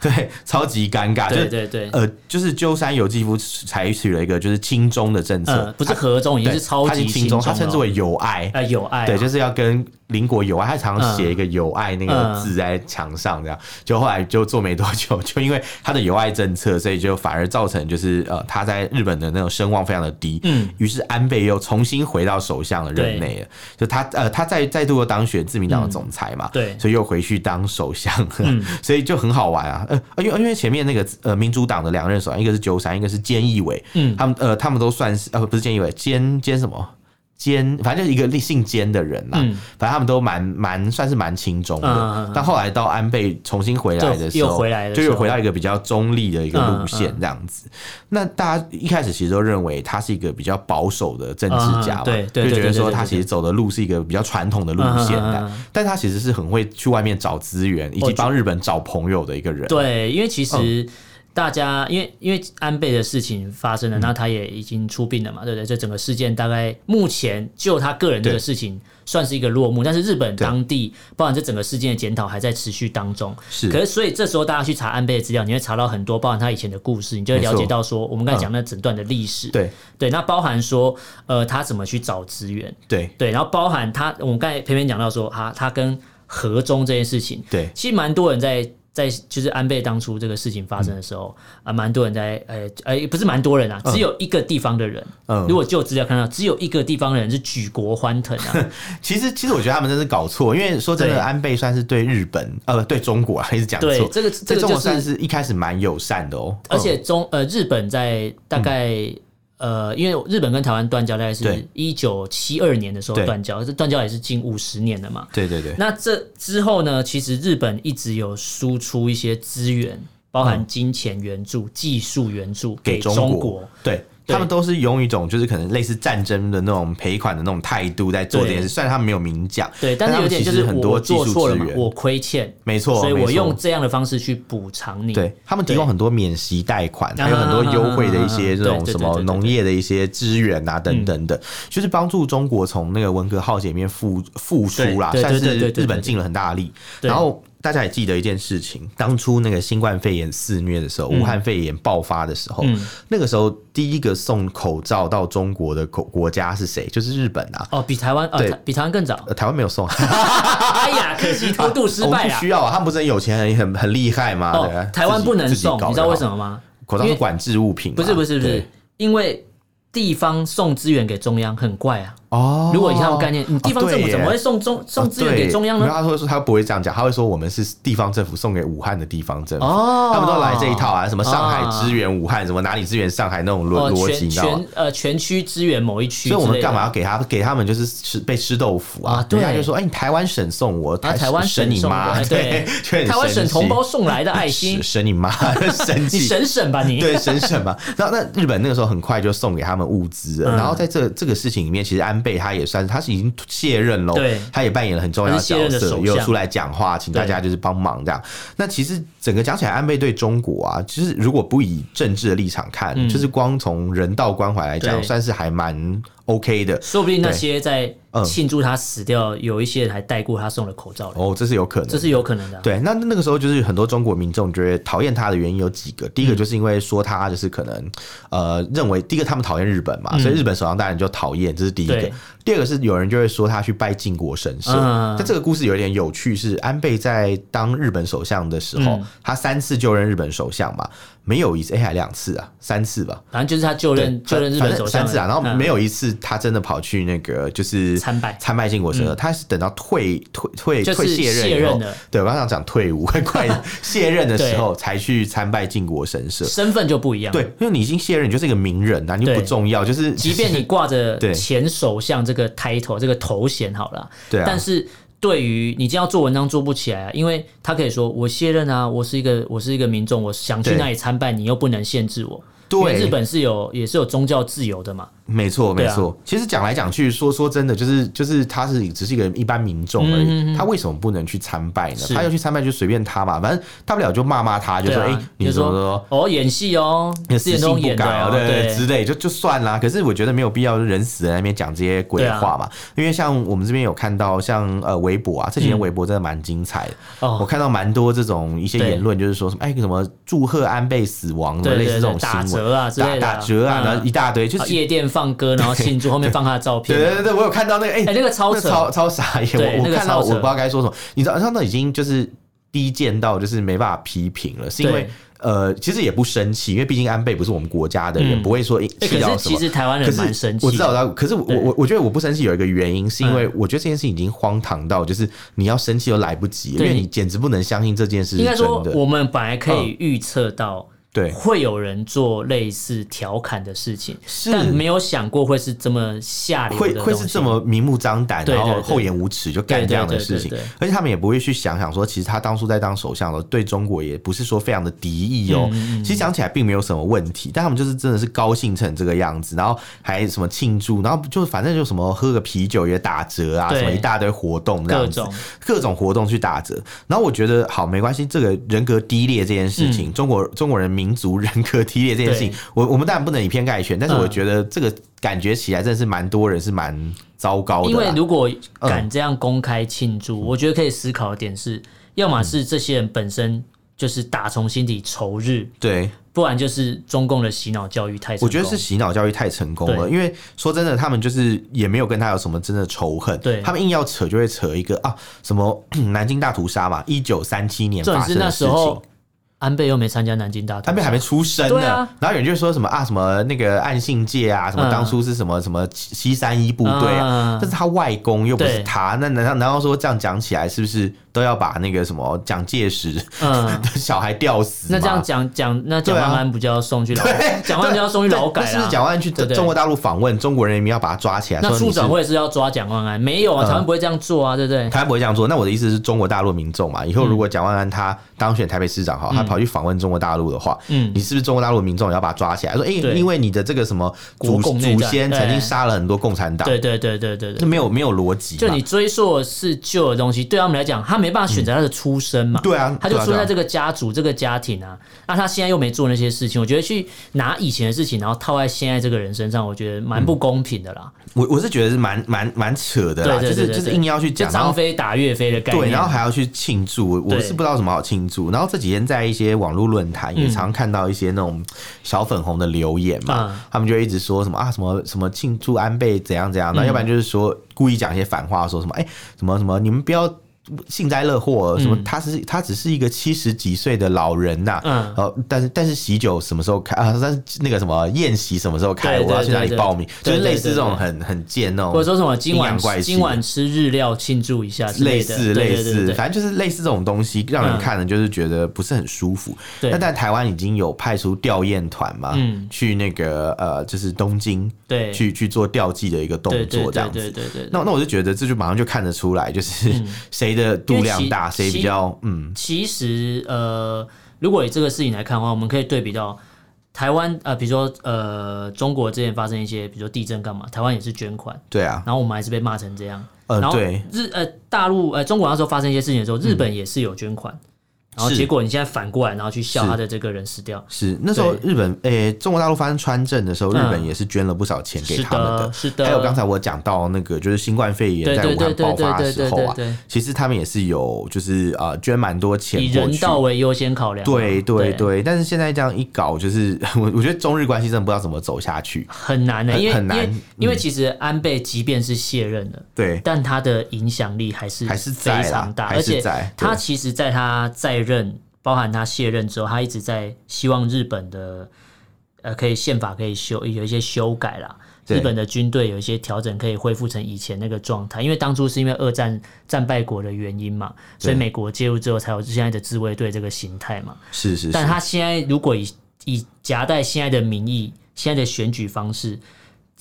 A: 对，超级尴尬。
B: 对
A: 就
B: 对对
A: 呃，就是鸠山由纪夫采取了一个就是亲中的政策
B: 嗯，，不是和中，已
A: 啊对，
B: 经是超
A: 他已
B: 级
A: 经亲
B: 亲
A: 中，
B: 中，
A: 他称之。为友爱。
B: 呃，有爱啊、
A: 对，就是要跟邻国友爱，他常常
B: 嗯
A: 写一个友爱那个字在墙上，这样、就后来就做没多久，就因为他的友爱政策，所以就反而造成就是呃他在日本的那种声望非常的低，
B: 嗯，
A: 于是安倍又重新回到首相的任内了，就他呃他再再度又当选自民党的总裁嘛，
B: 嗯对嗯
A: 所以又回去当首相， (laughs) 所以就很好玩啊，呃，因为因为前面那个呃民主党的两任首相，一个是鸠山，一个是菅义伟，
B: 嗯
A: 他们呃他们都算是呃不是菅义伟，菅菅什么？奸，反正就是一个姓奸的人啦，
B: 嗯
A: 反正他们都蛮蛮算是蛮轻中的。
B: 嗯嗯嗯
A: 但后来到安倍重新回来的时候，
B: 就又回来的时
A: 就
B: 候
A: 又回到一个比较中立的一个路
B: 嗯
A: 线这样子。那大家一开始其实都认为他是一个比较保守的政治家嘛，
B: 嗯嗯对对
A: 就觉
B: 对对
A: 得说
B: 对对
A: 他
B: 对
A: 其实走的路是一个比较传统的路线
B: 嗯嗯嗯
A: 的，
B: 嗯嗯
A: 但他其实是很会去外面找资源以
B: 我
A: 及
B: 觉
A: 帮日本找朋友的一个人。
B: 对，因为
A: 哦
B: 其实大家、因为因为安倍的事情发生了，
A: 嗯
B: 那他也已经出殡了嘛，对不对？这整个事件大概目前就他个人这个
A: 对
B: 事情算是一个落幕，但是日本
A: 对
B: 当地，包含这整个事件的检讨还在持续当中。
A: 是
B: 可是所以这时候大家去查安倍的资料，你会查到很多包含他以前的故事，你就会
A: 没错嗯
B: 了解到说我们刚才讲那整段的历史。
A: 对
B: 对，那包含说呃他怎么去找资源，
A: 对
B: 对，然后包啊含他，我们刚才偏偏讲到说，他他跟河中这件事情，
A: 对
B: 其实蛮多人在在就是安倍当初这个事情发生的时候啊，蛮多人在呃呃，不是蛮多人啊，只有一个地方的人，
A: 嗯
B: 如果就资料看到，只有一个地方的人是举国欢腾啊，
A: 其实，其实我觉得他们真是搞错，因为说真
B: 对
A: 的，安倍算是对日本，呃，对中国啊，还是讲
B: 对
A: 错，
B: 这个这
A: 对
B: 个
A: 中
B: 就
A: 国算
B: 是，
A: 是一开始蛮友善的哦，
B: 而
A: 嗯
B: 且中呃日本在大概。呃，因为日本跟台湾断交大概是
A: 对
B: 一九七二年的时候
A: 对
B: 断交，这断交也是近五十年了嘛。
A: 对对对，
B: 那这之后呢，其实日本一直有输出一些资源，包含金钱援助、技术援助
A: 嗯给
B: 中
A: 中国对。
B: 对
A: 他们都是用一种就是可能类似战争的那种赔款的那种态度在做这件事，虽然他们没有明讲，
B: 对，但
A: 但
B: 是
A: 他
B: 有
A: 们
B: 点
A: 其
B: 就
A: 实
B: 是
A: 很
B: 我
A: 多技
B: 做
A: 术
B: 错了
A: 资
B: 嘛，
A: 源，
B: 我亏欠，
A: 没错，
B: 所以
A: 没
B: 我
A: 错
B: 用这样的方式去补偿你。
A: 对他们提
B: 对
A: 供很多免息贷款，
B: 啊
A: 还有很多优惠的一些这
B: 对对
A: 种
B: 对
A: 什
B: 对嗯
A: 么
B: 对对
A: 农业的一些资源啊等等的，就是帮助中国从那个文革浩劫里面复复苏啦，
B: 对对
A: 算
B: 对对
A: 是
B: 对对
A: 日本尽了很大的力。
B: 对
A: 然后大家也记得一件事情，当初那个新冠肺炎肆虐的
B: 嗯
A: 时候，武汉肺炎爆发的时候，那个时候第一个送口罩到中国的国国家是谁？就是日本啊。
B: 哦，比台湾呃
A: 对
B: 台比台湾更早。
A: 呃台湾没有送，
B: 哎呀，可惜偷渡失
A: 我们
B: 败
A: 不
B: 啊
A: 需！要啊，他们不是很有钱，很很很厉害吗？对啊
B: 哦，台湾不能
A: 自己
B: 送，你知道为什
A: 么？
B: 么吗？
A: 口罩
B: 因
A: 是
B: 为
A: 管制物品嘛，
B: 不是不是不
A: 啊对
B: 是，因为地方送资源给中央很怪啊。
A: 哦，
B: 如果以他们概念，你地方
A: 哦对
B: 政府怎么
A: 耶
B: 会送中送资源
A: 对
B: 给中央
A: 没有
B: 呢？
A: 他说他不会这样讲，他会说我们是地方政府送给武汉的地方政府，
B: 哦
A: 他们都来这一套啊，什么上海
B: 啊
A: 支援武汉，什么哪里支援上海那种逻，
B: 哦
A: 逻辑，
B: 全
A: 你知道吗
B: 全？呃全区支援某一区之
A: 所
B: 类
A: 以
B: 的，
A: 我们干嘛要给他给他们就是吃被吃豆腐啊？
B: 啊对
A: 人家就说哎，你台湾省送我，
B: 啊台湾省
A: 省你
B: 送我
A: 妈，
B: 哎
A: 对，
B: 对
A: (laughs) 就很
B: 台湾省
A: 生气
B: 同胞送来的爱心
A: 省，省你妈，生
B: (laughs) 你
A: 气。
B: 省省吧你。
A: 对，省省嘛。那那日本那个时候很快就送给他们物资了。
B: 嗯
A: 然后在这这个事情里面，其实安倍他也算是他是已经卸任喽，
B: 对
A: 他也扮演了很重要的角
B: 他是卸任的首
A: 色，
B: 相
A: 也有出来讲话，请大家就是帮忙这样。那其实整个讲起来，安倍对中国啊，就是如果不以政治的立场看，
B: 嗯
A: 就是光从人道关怀来讲
B: 对，
A: 算是还蛮 OK 的。
B: 说不定那些在
A: 嗯
B: 庆祝他死掉，有一些人还带过他送的口罩嘞，
A: 哦，这是有可能的，
B: 这是有可能的啊。
A: 对，那那个时候就是很多中国民众觉得讨厌他的原因有几个，
B: 嗯
A: 第一个就是因为说他就是可能呃认为，第一个他们讨厌日本嘛，所以日本首相当然就讨厌，这是第一个
B: 嗯对。
A: 第二个是有人就会说他去拜靖国神社，
B: 嗯
A: 但这个故事有点有趣，是安倍在当日本首相的时候，
B: 嗯
A: 他三次就任日本首相嘛，没有一次，哎、还两次啊，三次吧。
B: 反正就是他就任就
A: 对
B: 任日
A: 反
B: 本
A: 正
B: 首
A: 三
B: 相了，
A: 次啊，然后没
B: 有
A: 有一次他真的跑去那个就是
B: 参拜嗯
A: 参拜靖国神社，他是等到退退退
B: 就是
A: 退卸任
B: 卸
A: 以后
B: 任了，
A: 对，我刚想讲退伍，快快的卸任的时
B: (laughs)
A: 候才去参拜靖国神社。
B: 身份就不一样。
A: 对，，因为你已经卸任，你就是一个名人呐、啊，你又
B: 对
A: 不重要，就是
B: 即便你挂着
A: 对
B: 前首相这个 title 这个头衔好了，
A: (laughs) 对啊
B: 但是对于你今天要做文章做不起来啊，因为他可以说我卸任啊，我是一个我是一个民众，我想去
A: 对
B: 哪里参拜，你又不能限制我。
A: 对啊
B: 因为日本是有也是有宗教自由的嘛，
A: 没错，
B: 对
A: 没
B: 啊
A: 错。其实讲来讲去，说说真的，就是就是他是只是一个一般民众而
B: 嗯
A: 已，他为什么不能去参拜呢
B: 是？
A: 他要去参拜就随便他嘛，反正大不了就骂骂他，就
B: 对
A: 说哎、
B: 啊，
A: 你
B: 就
A: 怎么
B: 说
A: 说？
B: 哦演戏哦，
A: 你的
B: 之
A: 死
B: 前都
A: 性
B: 演
A: 不
B: 的
A: 改
B: 哦
A: 哦，对对之类，就就算啦。可是我觉得没有必要人死在那边讲这些鬼
B: 对啊
A: 话嘛，因为像我们这边有看到，像呃微博啊，这几年微博真的蛮精彩的，
B: 哦
A: 我看到蛮多这种一些
B: 对
A: 言论，就是说什么哎什么祝贺安倍死亡
B: 对
A: 的
B: 对
A: 类似这种
B: 对
A: 新
B: 打
A: 闻，
B: 折啊之类
A: 打
B: 的啊
A: 打折啊，
B: 嗯
A: 然后一大堆，就
B: 啊
A: 是
B: 夜店放歌，然后庆祝，后面放他的照
A: 对
B: 片啊，
A: 对对对，我有看到那个，哎、
B: 哎那个超扯
A: 超超傻
B: 对
A: 眼，我我
B: 那个
A: 看到
B: 超
A: 我
B: 扯
A: 不知道该说什么，你知道，他那已经就是低贱到就是没办法批评了，是因为
B: 对。
A: 呃，其实也不生气，因为毕竟安倍不是我们国家的人，
B: 嗯
A: 不会说哎气
B: 哎可
A: 到
B: 是
A: 什
B: 其
A: 么。
B: 实台湾
A: 可
B: 人
A: 是
B: 蛮生气，
A: 我知道，我知道。可是我
B: 对嗯
A: 我我觉得我不生气有一个原因，是因为我觉得这件事情已经荒唐到，就是你要生气都来不及，因
B: 对
A: 为你简直不能相信这件事是
B: 应该说
A: 真的。嗯
B: 我们本来可以预测到。
A: 对，
B: 会有人做类似调侃的事情，
A: 是
B: 但没有想过会是这么下流的
A: 会
B: 东西
A: 会是这么明目张胆，
B: 对
A: 然
B: 对
A: 后
B: 对
A: 厚颜无耻就
B: 对
A: 干
B: 对
A: 这样的
B: 对
A: 事
B: 对
A: 情
B: 对，
A: 而且他们也不会去想想说，其实他当初在当首相的时候，对中国也不是说非常的敌意
B: 嗯
A: 哦。其实讲起来并没有什么问题，但他们就是真的是高兴成这个样子，然后还什么庆祝，然后就反正就什么喝个啤酒也打折啊，
B: 对
A: 什么一大堆活动这
B: 各
A: 样子
B: 种，
A: 各种活动去打折。然后我觉得好没关系，这个人格低劣这件事情，中国中国人民族人格低劣这件事情
B: 嗯对，
A: 我我们当然不能以偏概全，但是
B: 嗯
A: 我觉得这个感觉起来真的是蛮多人是蛮糟糕的啦，
B: 因为如果
A: 嗯
B: 敢这样公开庆祝，我觉得可以思考的点是，要么是这些人本身就是打从心底仇日，
A: 对，
B: 不然就是中共的洗脑教育太成
A: 我觉得
B: 功
A: 是洗脑教育太成功了，
B: 对
A: 因为说真的，他们就是也没有跟他有什么真的仇恨，
B: 对
A: 他们硬要扯就会扯一个啊，什么 (clears throat) 南京大屠杀嘛，一九三七年
B: 重
A: 发
B: 点是
A: 生
B: 那
A: 的事
B: 时
A: 情
B: 候。安倍又没参加南京大屠杀，
A: 他们还没出生
B: 对
A: 呢，
B: 啊
A: 然后有人就说什么啊，什么那个暗信界啊，什么
B: 嗯
A: 当初是什么、什么七三一部队啊
B: 嗯，
A: 但是他外公又不是
B: 对
A: 他，那难道难道说这样讲起来，是不是都要把那个什么蒋介石
B: 嗯
A: (laughs) 的，小孩吊死吗？
B: 那这样讲讲，那蒋
A: 对啊
B: 万安不就要
A: (laughs)
B: 送去劳改？蒋万安就要送去劳改
A: 对
B: 啊
A: 那是不
B: 啦
A: 是。蒋万安去
B: 对不对
A: 中国大陆访问，中国人民要把他抓起来？
B: 那
A: 说你
B: 处
A: 是
B: 长会是要抓蒋万安？没有啊，
A: 嗯
B: 台湾不会这样做啊，对不对？
A: 台湾不会这样做。那我的意思是中国大陆民众嘛，以后如果蒋万安他当选台北市长好，他跑去访问中国大陆的话，
B: 嗯
A: 你是不是中国大陆民众也要把他抓起来？说，哎、
B: 对
A: 因为你的这个什么
B: 国
A: 祖
B: 共内
A: 祖
B: 战
A: 先
B: 对
A: 曾经杀了很多共产党，
B: 对对对对对
A: 这
B: 对。
A: 没有没有逻辑嘛。
B: 就你追溯是旧的东西，对他们来讲，他没办法选择他的出身嘛。
A: 对啊，
B: 他就
A: 对啊
B: 出生在这
A: 对啊
B: 个家族、这个家庭啊，那他现在又没做那些事情，我觉得去拿以前的事情，然后套在现在这个人身上，我觉得
A: 嗯
B: 蛮不公平的啦。
A: 我我是觉得是蛮蛮蛮扯的啦，啊
B: 对对对对
A: 就是就是
B: 对
A: 硬要去
B: 就
A: 讲，然后
B: 张飞打岳飞的概念，
A: 对，然后还要去庆祝，我我
B: 对嗯
A: 是不知道什么好庆祝。然后这几天在一些网络论坛也常看到一些那种小粉红的留言嘛，
B: 嗯
A: 他们就一直说什么啊什么什么庆祝安倍怎样怎样，
B: 嗯
A: 然后要不然就是说故意讲一些反话，说什么哎、什么什么你们不要。幸灾乐祸，什么？他是他只是一个七十几岁的老人呐、
B: 嗯
A: 呃，但是但是喜酒什么时候开啊？但是那个什么宴席什么时候开？
B: 对对
A: 我要去哪里
B: 对对
A: 报名？就
B: 对
A: 是
B: 对
A: 类似这种
B: 对对
A: 很很贱那种，
B: 或者说什么今
A: 阴
B: 晚
A: 阳怪气
B: 今晚吃日料庆祝一下之
A: 类
B: 的，
A: 似
B: 对
A: 类
B: 对对对
A: 似，
B: 对
A: 反正就是类似这种东西，让人看了就是觉得不是很舒服。
B: 对
A: 那但台湾已经有派出吊唁团嘛，
B: 嗯
A: 去那个呃，就是东京，
B: 对
A: 去去做吊祭的一个动
B: 对对
A: 作这
B: 对
A: 样子
B: 对。对对。
A: 那那我就觉得这就马上就看得出来，就是 (laughs) 谁的度量大，
B: 因为
A: 谁
B: 其
A: 比较嗯，
B: 其实呃，如果以这个事情来看的话，我们可以对比到台湾呃，比如说呃，中国之前发生一些，比如说地震干嘛，台湾也是捐款，
A: 对啊，
B: 然后我们还是被骂成这样。
A: 呃
B: 然后
A: 对嗯
B: 日呃大陆呃中国那时候发生一些事情的时候，日本也是有捐款，然后
A: 是
B: 结果你现在反过来，然后去笑
A: 是
B: 他的这个人死掉，
A: 是那时候
B: 对
A: 日本诶、中国大陆发生川震的时候，日
B: 嗯
A: 本也是捐了不少钱给
B: 是
A: 他们的
B: 的，。是的。
A: 还有刚才我讲到那个，就是新冠肺炎
B: 对
A: 在
B: 对
A: 武汉
B: 对对
A: 爆
B: 对
A: 发的
B: 对
A: 时
B: 对
A: 候啊
B: 对，对，
A: 其实他们也是有，就是呃，捐蛮多钱
B: 以
A: 过
B: 人
A: 去。
B: 道为优先考量啊。
A: 对对对，但是现在这样一搞，就是我我觉得中日关系真的不知道怎么走下去。
B: 很难的、
A: 很
B: 因为
A: 很难嗯
B: 因为因为其实安倍即便是卸任了，
A: 对，
B: 但他的影响力还是
A: 还是
B: 非
A: 在啦
B: 常，大，
A: 还
B: 而
A: 是
B: 且
A: 在。
B: 他
A: 对
B: 其实在他在任，包含他卸任之后，他一直在希望日本的呃可以宪法可以修有一些修改啦。
A: 对
B: 日本的军队有一些调整，可以恢复成以前那个状态，因为当初是因为二战战败国的原因嘛，所以
A: 对
B: 美国介入之后才有现在的自卫队这个形态嘛。
A: 是是是，
B: 但他现在如果以以夹带现在的民意、现在的选举方式，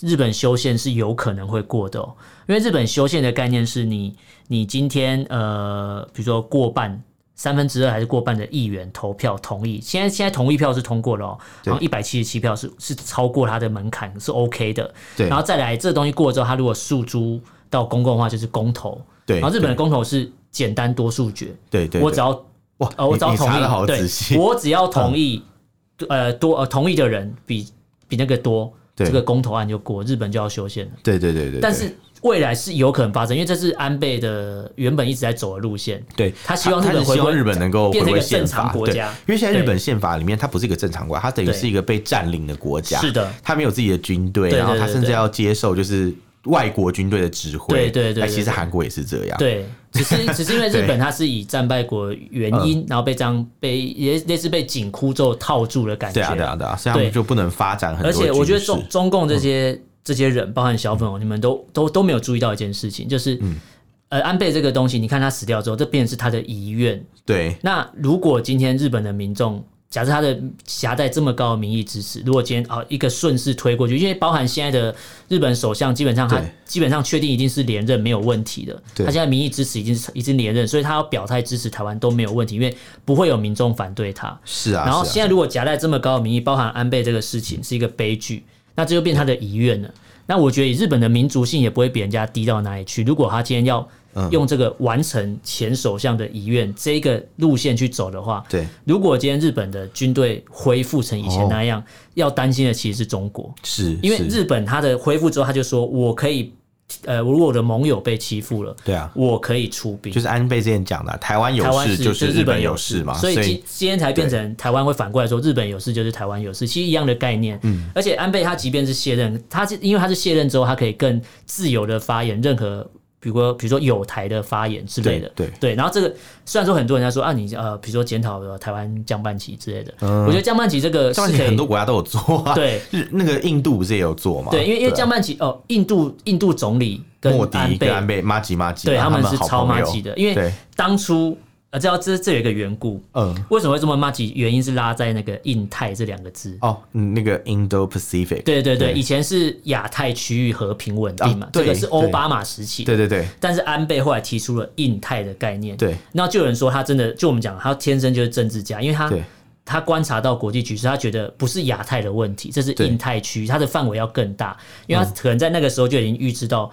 B: 日本修宪是有可能会过的、哦，因为日本修宪的概念是你你今天呃，比如说过半。三分之二还是过半的议员投票同意，现在现在同意票是通过了哦，
A: 对
B: 然后一百七十七票是是超过它的门槛是 OK 的，
A: 对
B: 然后再来这东西过了之后，它如果诉诸到公共化就是公投，
A: 对，
B: 然后日本的
A: 对
B: 公投是简单多数决，
A: 对对，
B: 我
A: 对
B: 只要
A: 哇，
B: 呃，我
A: 你
B: 只要
A: 你
B: 同
A: 查
B: 意，
A: 得好
B: 对
A: 仔细，嗯
B: 我只要同意，呃，多呃同意的人比比那个多，
A: 对
B: 这个公投案就过，日本就要修宪了。
A: 对对对对对，
B: 但是未来是有可能发生，因为这是安倍的原本一直在走的路线，
A: 对
B: 他希望日
A: 他
B: 本
A: 是
B: 回
A: 希望
B: 归
A: 日本能够回
B: 变成一
A: 归
B: 个
A: 宪
B: 正常
A: 法，
B: 国
A: 对，
B: 家
A: 因为现在日
B: 对
A: 本宪法里面它不是一个正常国家，它等于
B: 对
A: 是一个被占领的国家，
B: 是的
A: 它没有自己的军队，
B: 对对
A: 然后它
B: 对
A: 甚至
B: 对
A: 要接受就是外国军队的指挥，
B: 对对对
A: 哎
B: 对
A: 其实
B: 对
A: 韩国也是这样，
B: 对。只是只是因为
A: 啊对嗯
B: 日本它是以战败国原因，然后被这样被也类似被紧箍咒套住的感觉。
A: 对啊，对啊，对啊，所以他们
B: 对
A: 就不能发展很多
B: 而
A: 军事。嗯
B: 且我觉得中中共这些、这些人，包含小粉红，你们都都都没有注意到一件事情，就是、
A: 嗯
B: 呃，安倍这个东西，你看他死掉之后，这变成是他的遗愿。
A: 对
B: 那如果今天日本的民众，假设他的夹带这么高的民意支持，如果今天啊、一个顺势推过去，因为包含现在的日本首相，基本上他
A: 对
B: 基本上确定一定是连任没有问题的，
A: 对
B: 他现在民意支持已经是已经连任，所以他要表态支持台湾都没有问题，因为不会有民众反对他。
A: 是啊，
B: 然后
A: 是啊
B: 现在如果夹带这么高的民意，包含安倍这个事情是一个悲剧，那这就变他的遗愿了。那我觉得以日本的民族性也不会比人家低到哪里去。如果他今天要
A: 嗯
B: 用这个完成前首相的遗愿、这个路线去走的话，
A: 对
B: 如果今天日本的军队恢复成以前那样，要担心的其实是中国，
A: 是，
B: 因为
A: 是
B: 日本它的恢复之后，他就说我可以呃，如果我的盟友被欺负了，
A: 对啊，
B: 我可以出兵。
A: 就是安倍之前讲的，啊台湾有
B: 台湾
A: 事就是日本
B: 有
A: 事嘛，
B: 所
A: 所
B: 以今今天才变成台湾会反过来说日本有事就是台湾有事，其实一样的概念。嗯，而且安倍他即便是卸任，他是因为他是卸任之后，他可以更自由的发言任何。比如说，比如说有台的发言之类的，
A: 对对
B: 然后这个虽然说很多人在说啊你，呃，比如说检讨台湾降半旗之类的，
A: 嗯
B: 我觉得降半旗这个是
A: 像
B: 可以
A: 很多国家都有做啊，
B: 对
A: 日，那个印度不是也有做嘛？
B: 对，因为因为
A: 啊
B: 降半旗哦，印度印度总理跟
A: 莫迪
B: 安倍
A: 跟安倍妈吉妈吉嘛，啊
B: 对他
A: 们
B: 是
A: 好
B: 超
A: 朋
B: 妈
A: 友
B: 吉的，因为
A: 对
B: 当初呃，这要这这有一个缘故，
A: 嗯。
B: 为什么会这么骂起？原因是拉在那个印太这两个字。
A: 哦，嗯那个 Indo Pacific，
B: 对对对，
A: 对
B: 以前是亚太区域和平稳定嘛，
A: 啊
B: 这
A: 对
B: 个是奥巴马时期。
A: 对对对
B: 但是安倍后来提出了印太的概念。
A: 对，
B: 那就有人说他真的，就我们讲，他天生就是政治家，因为他
A: 对
B: 他观察到国际局势，他觉得不是亚太的问题，这是
A: 对嗯
B: 印太区，它的范围要更大，因为他可能在那个时候就已经预知到，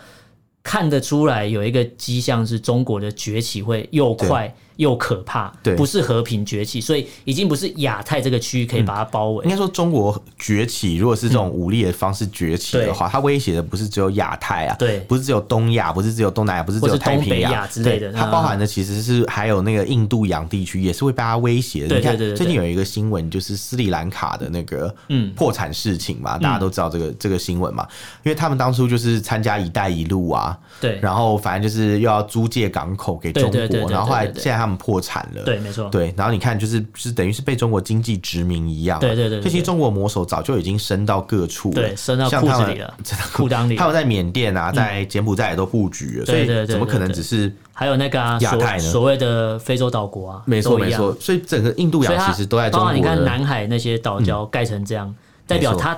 B: 看得出来有一个迹象是中国的崛起会又快又可怕，
A: 对
B: 不是和平崛起，所以已经不是亚太这个区域可以把它包围。
A: 应该说中国崛起，如果是这
B: 嗯
A: 种武力的方式崛起的话，它威胁的不是只有亚太啊，
B: 对
A: 不是只有东亚，不是只有东南亚，不是只有太平
B: 或是东北亚之类的嗯
A: 对它包含的其实是还有那个印度洋地区也是会被它威胁的。
B: 对
A: 你看
B: 对对对对
A: 最近有一个新闻，就是斯里兰卡的那个
B: 嗯
A: 破产事情嘛，大家都知道这个这个新闻嘛，因为他们当初就是参加“一带一路”啊，
B: 对
A: 然后反正就是又要租借港口给中
B: 对对对对
A: 国，
B: 对
A: 然后后来
B: 对对对
A: 现在他们破产了，
B: 对，没错，
A: 对，然后你看，就是是等于是被中国经济殖民一样嘛，啊
B: 对对对对对
A: 这些中国魔手早就已经伸到各处了，
B: 对伸到
A: 像
B: 裤子
A: 他们
B: 里了
A: 伸到
B: 裤裆里
A: 他们在缅甸啊，在柬埔寨也都布局了，所
B: 对对对
A: 以
B: 对
A: 怎么可能
B: 对
A: 只是
B: 还有那个、啊、
A: 亚
B: 所
A: 太呢
B: 所谓的非洲岛国啊，
A: 没错
B: 都一
A: 没
B: 样
A: 错？所以整个印度
B: 所以
A: 洋
B: 它
A: 其实都在中
B: 包
A: 国
B: 括你看
A: 的，嗯
B: 南海那些岛礁盖成这样，代表
A: 没错
B: 它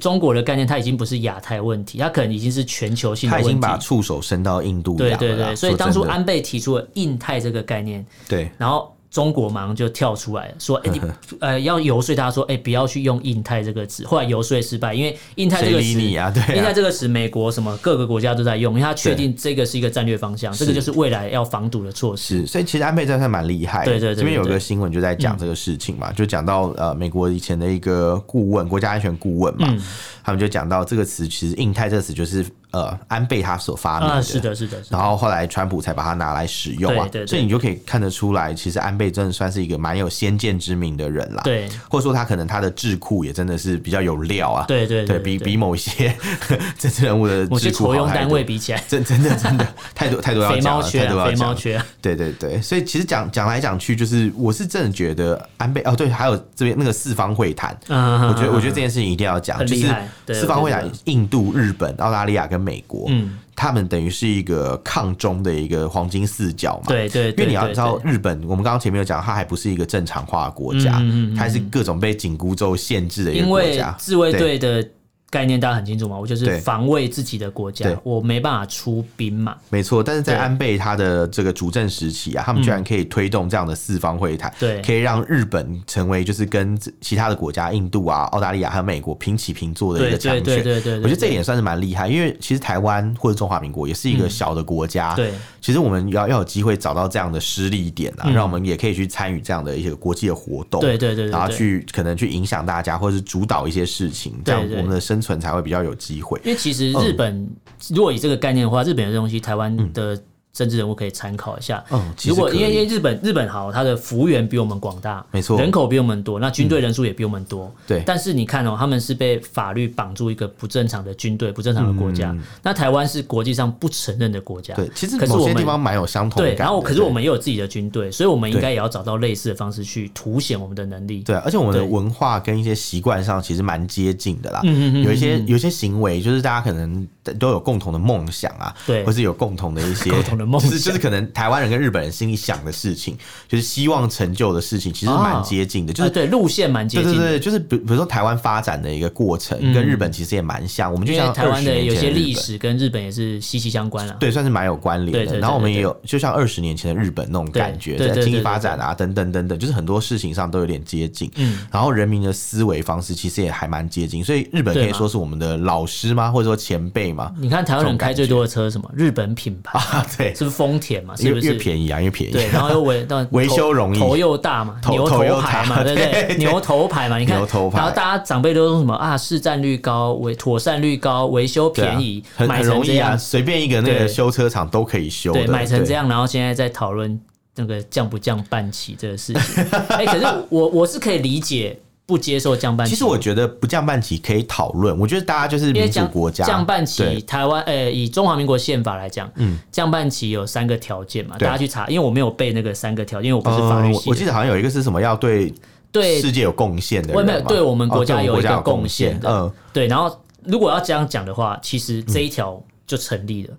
B: 中国的概念，它已经不是亚太问题，它可能已经是全球性的
A: 他已
B: 问
A: 经把
B: 题。
A: 触手伸到印度洋
B: 对
A: 了啦。
B: 对对，所以
A: 说
B: 当初
A: 真的
B: 安倍提出了印太这个概念，
A: 对
B: 然后中国马上就跳出来了说，
A: (laughs)
B: 哎、你呃要游说大家说，哎、不要去用印太这个词。后来游说失败，因为印太这
A: 谁
B: 个
A: 理
B: 词。
A: 你啊？对
B: 印太
A: 啊，
B: 这个词，美国什么各个国家都在用，因为它确
A: 对
B: 定这个是一个战略方向，这个就是未来要防堵的措施。
A: 是，所以其实安倍真的是蛮厉害的。
B: 对对对对
A: 这边有
B: 对嗯
A: 个新闻就在讲这个事情嘛，就讲到呃美国以前的一个顾问，国家安全顾问嘛，
B: 嗯
A: 他们就讲到这个词，其实“印太”这个词就是呃安倍他所发明的。
B: 啊，是的，是的，是的
A: 然后后来川普才把它拿来使用啊，
B: 对对对
A: 所以你就可以看得出来，其实安倍真的算是一个蛮有先见之明的人啦。，
B: 对
A: 或者说他可能他的智库也真的是比较有料啊。
B: 对对
A: 对比比某些 (laughs) 政治人物的
B: 某些
A: 智库
B: 筹
A: 好
B: 用
A: 太
B: 单
A: 多
B: 位，比起来，
A: 真真的
B: (laughs)
A: 真的太多太多要
B: 肥
A: 讲
B: 猫
A: 了，
B: 缺
A: 太多
B: 啊，
A: 要
B: 肥
A: 讲
B: 猫
A: 了。
B: 缺啊，
A: 对对对，所以其实讲讲来讲去，就是我是真的觉得安倍哦，对，还有这边那个四方会谈，
B: 嗯，
A: (laughs) 我觉得我觉得这件事情一定要讲，
B: 很
A: 就
B: 厉
A: 是
B: 害对
A: 四方会
B: 我
A: 谈
B: 觉，
A: 印度、日本、澳大利亚跟美国，
B: 嗯，
A: 他们等于是一个抗中的一个黄金四角嘛，
B: (laughs) 对对，
A: 因为你要
B: 对
A: 知道，
B: 对
A: 日本我们刚刚前面有讲，它还不是一个正常化的国家，
B: 嗯嗯嗯嗯
A: 它还是各种被紧箍咒限制的一个
B: 因
A: 国
B: 为
A: 家。
B: 自卫
A: 对
B: 队的概念大家很清楚嘛，我就是
A: 对
B: 防卫自己的国家
A: 对，
B: 我没办法出兵嘛，
A: 没错，但是在
B: 对
A: 安倍他的这个主政时期啊，他们居然可以推动这样的四方会谈，
B: 对
A: 可以让日本成为就是跟其他的国家，印度啊、澳大利亚还有美国平起平坐的一
B: 对
A: 个强
B: 对
A: 权。
B: 对对对对，
A: 我觉得这一
B: 也
A: 点算是蛮厉害，因为其实台湾或者中华民国也是一个小的国家，
B: 嗯对
A: 其实我们要要有机会找到这样的失力点啊，让我们也可以去参与这样的一些国际的活动，
B: 嗯对对对对，
A: 然后
B: 对。
A: 去可能去影响大家，或者是主导一些事情，这样
B: 对对
A: 我们的生存才会比较有机会。
B: 因为其实日本
A: 嗯
B: 如果以这个概念的话，日本的东西，台湾的政治人物可以参考一下。
A: 嗯，其实
B: 如果
A: 可
B: 因为
A: 以
B: 因为日本日本好，它的幅员比我们广大，
A: 没错嗯
B: 人口比我们多，那军队人数也比我们多。
A: 对
B: 但是你看哦，他们是被法律绑住一个不正常的军队、不正常的国家。那台湾是国际上不承认的国家。
A: 嗯对，其实
B: 可是
A: 某
B: 我
A: 些地
B: 们。
A: 方蛮有相同
B: 对，
A: 感的。
B: 然后可是
A: 对
B: 我们也有自己的军队，所以我们应该也要找到类似的方式去凸显我们的能力。
A: 对，啊而且我们的
B: 对
A: 文化跟一些习惯上其实蛮接近的啦。嗯嗯有一些有一些行为，就是大家可能都有共同的梦想啊，
B: 对
A: 或是有共同的一些
B: (laughs) 共同的梦想
A: 就是就是可能台湾人跟日本人心里想的事情，就是希望成就的事情，其实蛮接近的，就
B: 啊
A: 是。
B: 对路线蛮接
A: 对
B: 近的。嗯
A: 对对，就是比比如说台湾发展的一个过程，跟日本其实也蛮像。我们就
B: 因为
A: 像
B: 台湾
A: 20年
B: 有
A: 前
B: 些
A: 日
B: 历
A: 本
B: 史跟日本也是息息相关了。啊
A: 对，算是蛮有关
B: 对
A: 联
B: 对对
A: 的。然后我们
B: 对
A: 也
B: 对
A: 有，就像二十年前的日本那种感觉，
B: 对对
A: 在
B: 对
A: 经济
B: 对
A: 发
B: 对
A: 展啊，等等等等，就是很多事情上都有点接近。
B: 嗯
A: 然后人民的思维方式其实也还蛮接近，所以日本可
B: 对
A: 以
B: 嘛
A: 说是我们的老师吗？或者说前辈吗？
B: (laughs) 你看台湾人开最多的车是什么？日本品牌。
A: 啊，对对
B: 是不是丰田嘛？是
A: 因
B: 不
A: 为
B: 是
A: 越便宜啊，越便宜。
B: 对，然后又维但
A: 维修容易
B: 头又大嘛，
A: 头
B: 牛头
A: 头又
B: 牌嘛，
A: 大
B: 对不
A: 对
B: 对？
A: 对
B: 牛头牌嘛，你看，
A: 牛头牌
B: 然后大家长辈都说什么啊，市占率高，维妥善率高，维修
A: 对啊
B: 便宜，
A: 很
B: 买
A: 很
B: 成
A: 容
B: 这
A: 易啊，
B: 样，
A: 随便一个那
B: 对
A: 个修车厂都可以修
B: 对，
A: 的，
B: 买成
A: 对
B: 这。样，然后现在在讨论那个降不降半旗这个事情。哎，可是我我是可以理解不接受降半旗，
A: 其实我觉得不降半旗可以讨论，我觉得大家就是
B: 因为
A: 民主
B: 降
A: 国家，
B: 降半旗，
A: 对
B: 台湾呃，以中华民国宪法来讲，嗯，降半旗有三个条件嘛，
A: 对
B: 大家去查，因为我没有背那个三个条件，因为我不是法律
A: 嗯
B: 系
A: 我
B: 的，
A: 我记得好像有一个是什么要对
B: 对
A: 世界有贡献的
B: 我
A: 人
B: 没有
A: 嘛
B: 对我们
A: 哦
B: 国家
A: 对
B: 有
A: 我们
B: 一个
A: 有
B: 贡
A: 贡
B: 献的，
A: 嗯，
B: 对，然后如果要这样讲的话，其实这一条就成立了，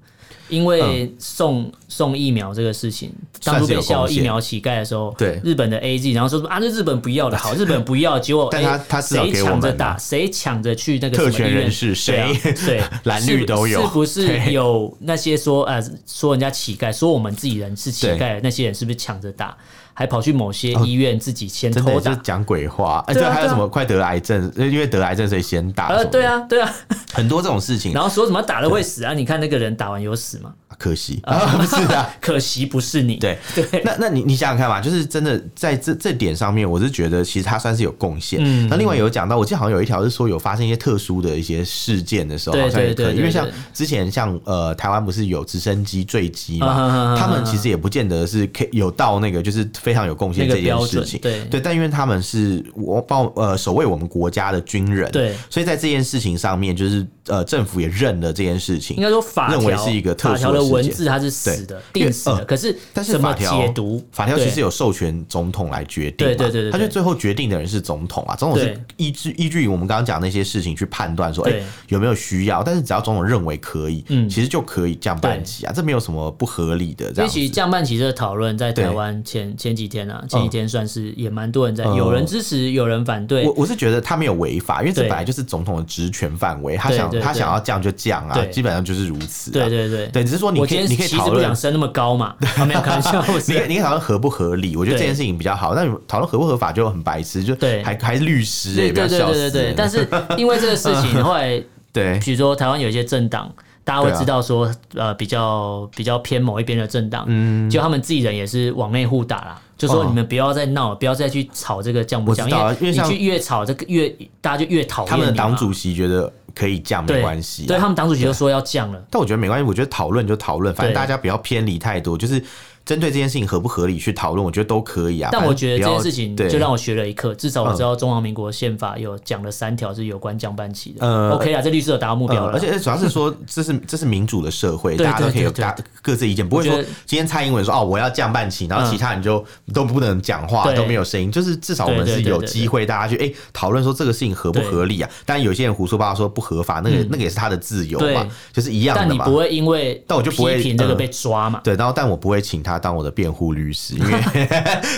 B: 因为送送疫苗这个事情，当初被笑
A: 嗯算是有贡
B: 疫
A: 献
B: 苗乞丐的时候，
A: 对
B: 日本的 A G，然后说什么啊，那日本不要
A: (laughs)
B: 的好，日本不要，结果
A: 但他
B: 哎
A: 他至少
B: 谁
A: 给我
B: 抢
A: 们
B: 着
A: 啊
B: 打，谁抢着去那个
A: 特
B: 什么
A: 权
B: 医院
A: 人士
B: 对啊
A: (laughs) 谁
B: 对
A: 蓝
B: 是
A: 绿都有
B: 是不是
A: 对
B: 有那些说呃说人家乞丐，说我们自己人是乞丐的那些人是不是抢着打，还跑去某些医院自己先
A: 哦真
B: 偷
A: 的就
B: 打
A: 是？讲鬼话。哎，
B: 对啊
A: 对，还
B: 对
A: 有
B: 啊
A: 什么快得癌症，因为得癌症所以先打什么
B: 呃，
A: 的，
B: 对啊，对啊，
A: 很多这种事情
B: 然，后说什么打了会死啊？你看那个人打完有死吗？
A: 可惜啊， (laughs) 不是的，
B: 可惜不是你。
A: 对
B: 呃对，
A: 那那你你想想看嘛，就是真的在这这点上面，我是觉得其实他算是有贡献。
B: 嗯
A: 那另外有讲到，我记得好像有一条是说有发生一些特殊的一些事件的时候，
B: 对
A: 好像也可
B: 对对
A: 以，因为像
B: 对对
A: 之前像呃台湾不是有直升机坠机
B: 啊啊啊啊
A: 嘛
B: 啊，
A: 他们其实也不见得是可以有到那个就是非常有贡献这
B: 那个
A: 件
B: 标
A: 事
B: 准
A: 情。
B: 对
A: 对，但因为他们是我报呃守卫我们国家的军人，
B: 对
A: 所以在这件事情上面，就是呃政府也认了这件事情
B: 应。该说法条
A: 认为是一个特殊
B: 法
A: 的
B: 条的
A: 事件
B: 文字它是死的，
A: 对因为
B: 定死的。
A: 呃
B: 可是
A: 但是
B: 怎么
A: 法条
B: 解读？
A: 法条其实
B: 有
A: 有授权总统来决定嘛，
B: 对对对对对
A: 他就最后决定的人是总统啊，总统是
B: 对
A: 依据依据我们刚刚讲那些事情去判断说，哎、
B: 对
A: 有没有需要，但是只要总统认为可以，
B: 嗯
A: 其实就可以降半旗啊，这没有什么不合理的这
B: 所以
A: 样
B: 其实
A: 子。
B: 降半旗这个讨论在台
A: 对
B: 湾前前几天啊，前几天算是也蛮多人在，
A: 嗯
B: 有人支持，有人反对
A: 我。我是觉得他没有违法，因为这
B: 对
A: 本来就是总统的职权范围，他
B: 对
A: 想
B: 对
A: 他
B: 对
A: 想要降就降啊
B: 对，
A: 基本上就是如此、啊。
B: 对对对，
A: 对，只是说你
B: 我
A: 可
B: 今
A: 以
B: 天
A: 你可以
B: 其实
A: 讨
B: 不
A: 论
B: 想，升那么高
A: (laughs)
B: 嘛，啊没有开玩笑，我
A: 你可以
B: 是
A: 你可以讨论合不合理，我觉得这
B: 对
A: 件事情比较好。那你讨论合不合法就很白痴，就
B: 对
A: 还还律师欸
B: 对
A: 也不
B: 对
A: 要
B: 对
A: 笑
B: 对
A: 死
B: 对对
A: 人。
B: 但是因为这个事
A: (laughs)
B: 情，后来
A: 对
B: 比如说台湾有一些政党，大家会
A: 对啊
B: 知道说，呃，比较比较偏某一边的政党，嗯，就他们自己人也是往内互打啦，就说
A: 哦
B: 你们不要再闹，了，不要再去吵这个降不
A: 我知
B: 降，
A: 道啊
B: 因
A: 因为
B: 你
A: 像
B: 去越吵，这个越大家就越讨厌
A: 他们的
B: 你啊嘛
A: 党主席觉得可以降没
B: 对
A: 关系啊、啊
B: 对他们党主席就说要降了，
A: 但我觉得没关系，我觉得讨论就讨论，反正
B: 对
A: 大家不要偏离太多，就是针对这件事情合不合理去讨论，我觉得都可以啊。
B: 但
A: 反
B: 我
A: 正
B: 觉得
A: 不
B: 这
A: 要
B: 件事情
A: 对嗯
B: 就让我学了一课，至少我知道中华民国宪法有讲了三条是有关降半旗的。
A: 呃
B: OK 啊，这律师有达到目标
A: 呃，
B: 了，
A: 而且主要是说，这是 (laughs) 这是民主的社会，
B: 对
A: 大家都可以有
B: 对对
A: 大各自意见，不会
B: 我
A: 说
B: 觉得嗯
A: 今天蔡英文说哦我要降半旗，然后其他人就都不能讲话，
B: 对
A: 都没有声音，就是至少我们
B: 对对
A: 是
B: 对
A: 有
B: 对
A: 机会大家去哎讨论说这个事情合不
B: 对嗯
A: 合理啊。当然有些人胡说八道说不合法，那个那个也是他的自由嘛
B: 对，
A: 就是一样
B: 但
A: 的
B: 你
A: 嘛
B: 不。会因为
A: 但我就不会
B: 批评这个
A: 呃
B: 被抓嘛？
A: 对，然后但我不会请他当我的辩护律师，
B: (laughs)
A: 因为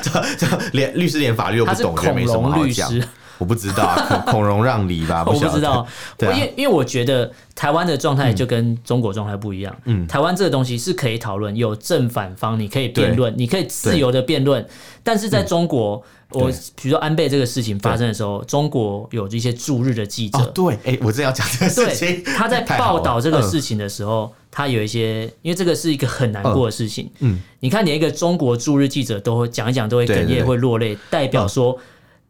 A: 这这连律师连法律都不
B: 他是
A: 懂，就没
B: 恐
A: 什么
B: 龙
A: 好
B: 律
A: 讲
B: 师。。
A: 我不知道啊，孔孔融让梨吧，
B: (laughs) 我
A: 晓
B: 不
A: 得
B: 知道，
A: (laughs) 对
B: 我
A: 啊嗯
B: 因为因为我觉得台湾的状态就跟中国状态不一样。嗯，台湾这个东西是可以讨论，有正反方，你可以辩论，你可以自由的辩论。但是在中国，
A: 嗯
B: 我
A: 对
B: 比如说安倍这个事情发生的时候，中国有一些驻日的记
A: 哦
B: 者，，
A: 对，哎，我正要讲这个事
B: 对
A: 情，，
B: 他在
A: 太好
B: 报
A: 了
B: 道这个
A: 嗯
B: 事情的时候，他有一些，因为这个是一个很难过的事情。嗯，你看，连一个中国驻日记者都会讲一讲，都会
A: 对
B: 哽
A: 对
B: 咽，
A: 对
B: 会落泪，代表说，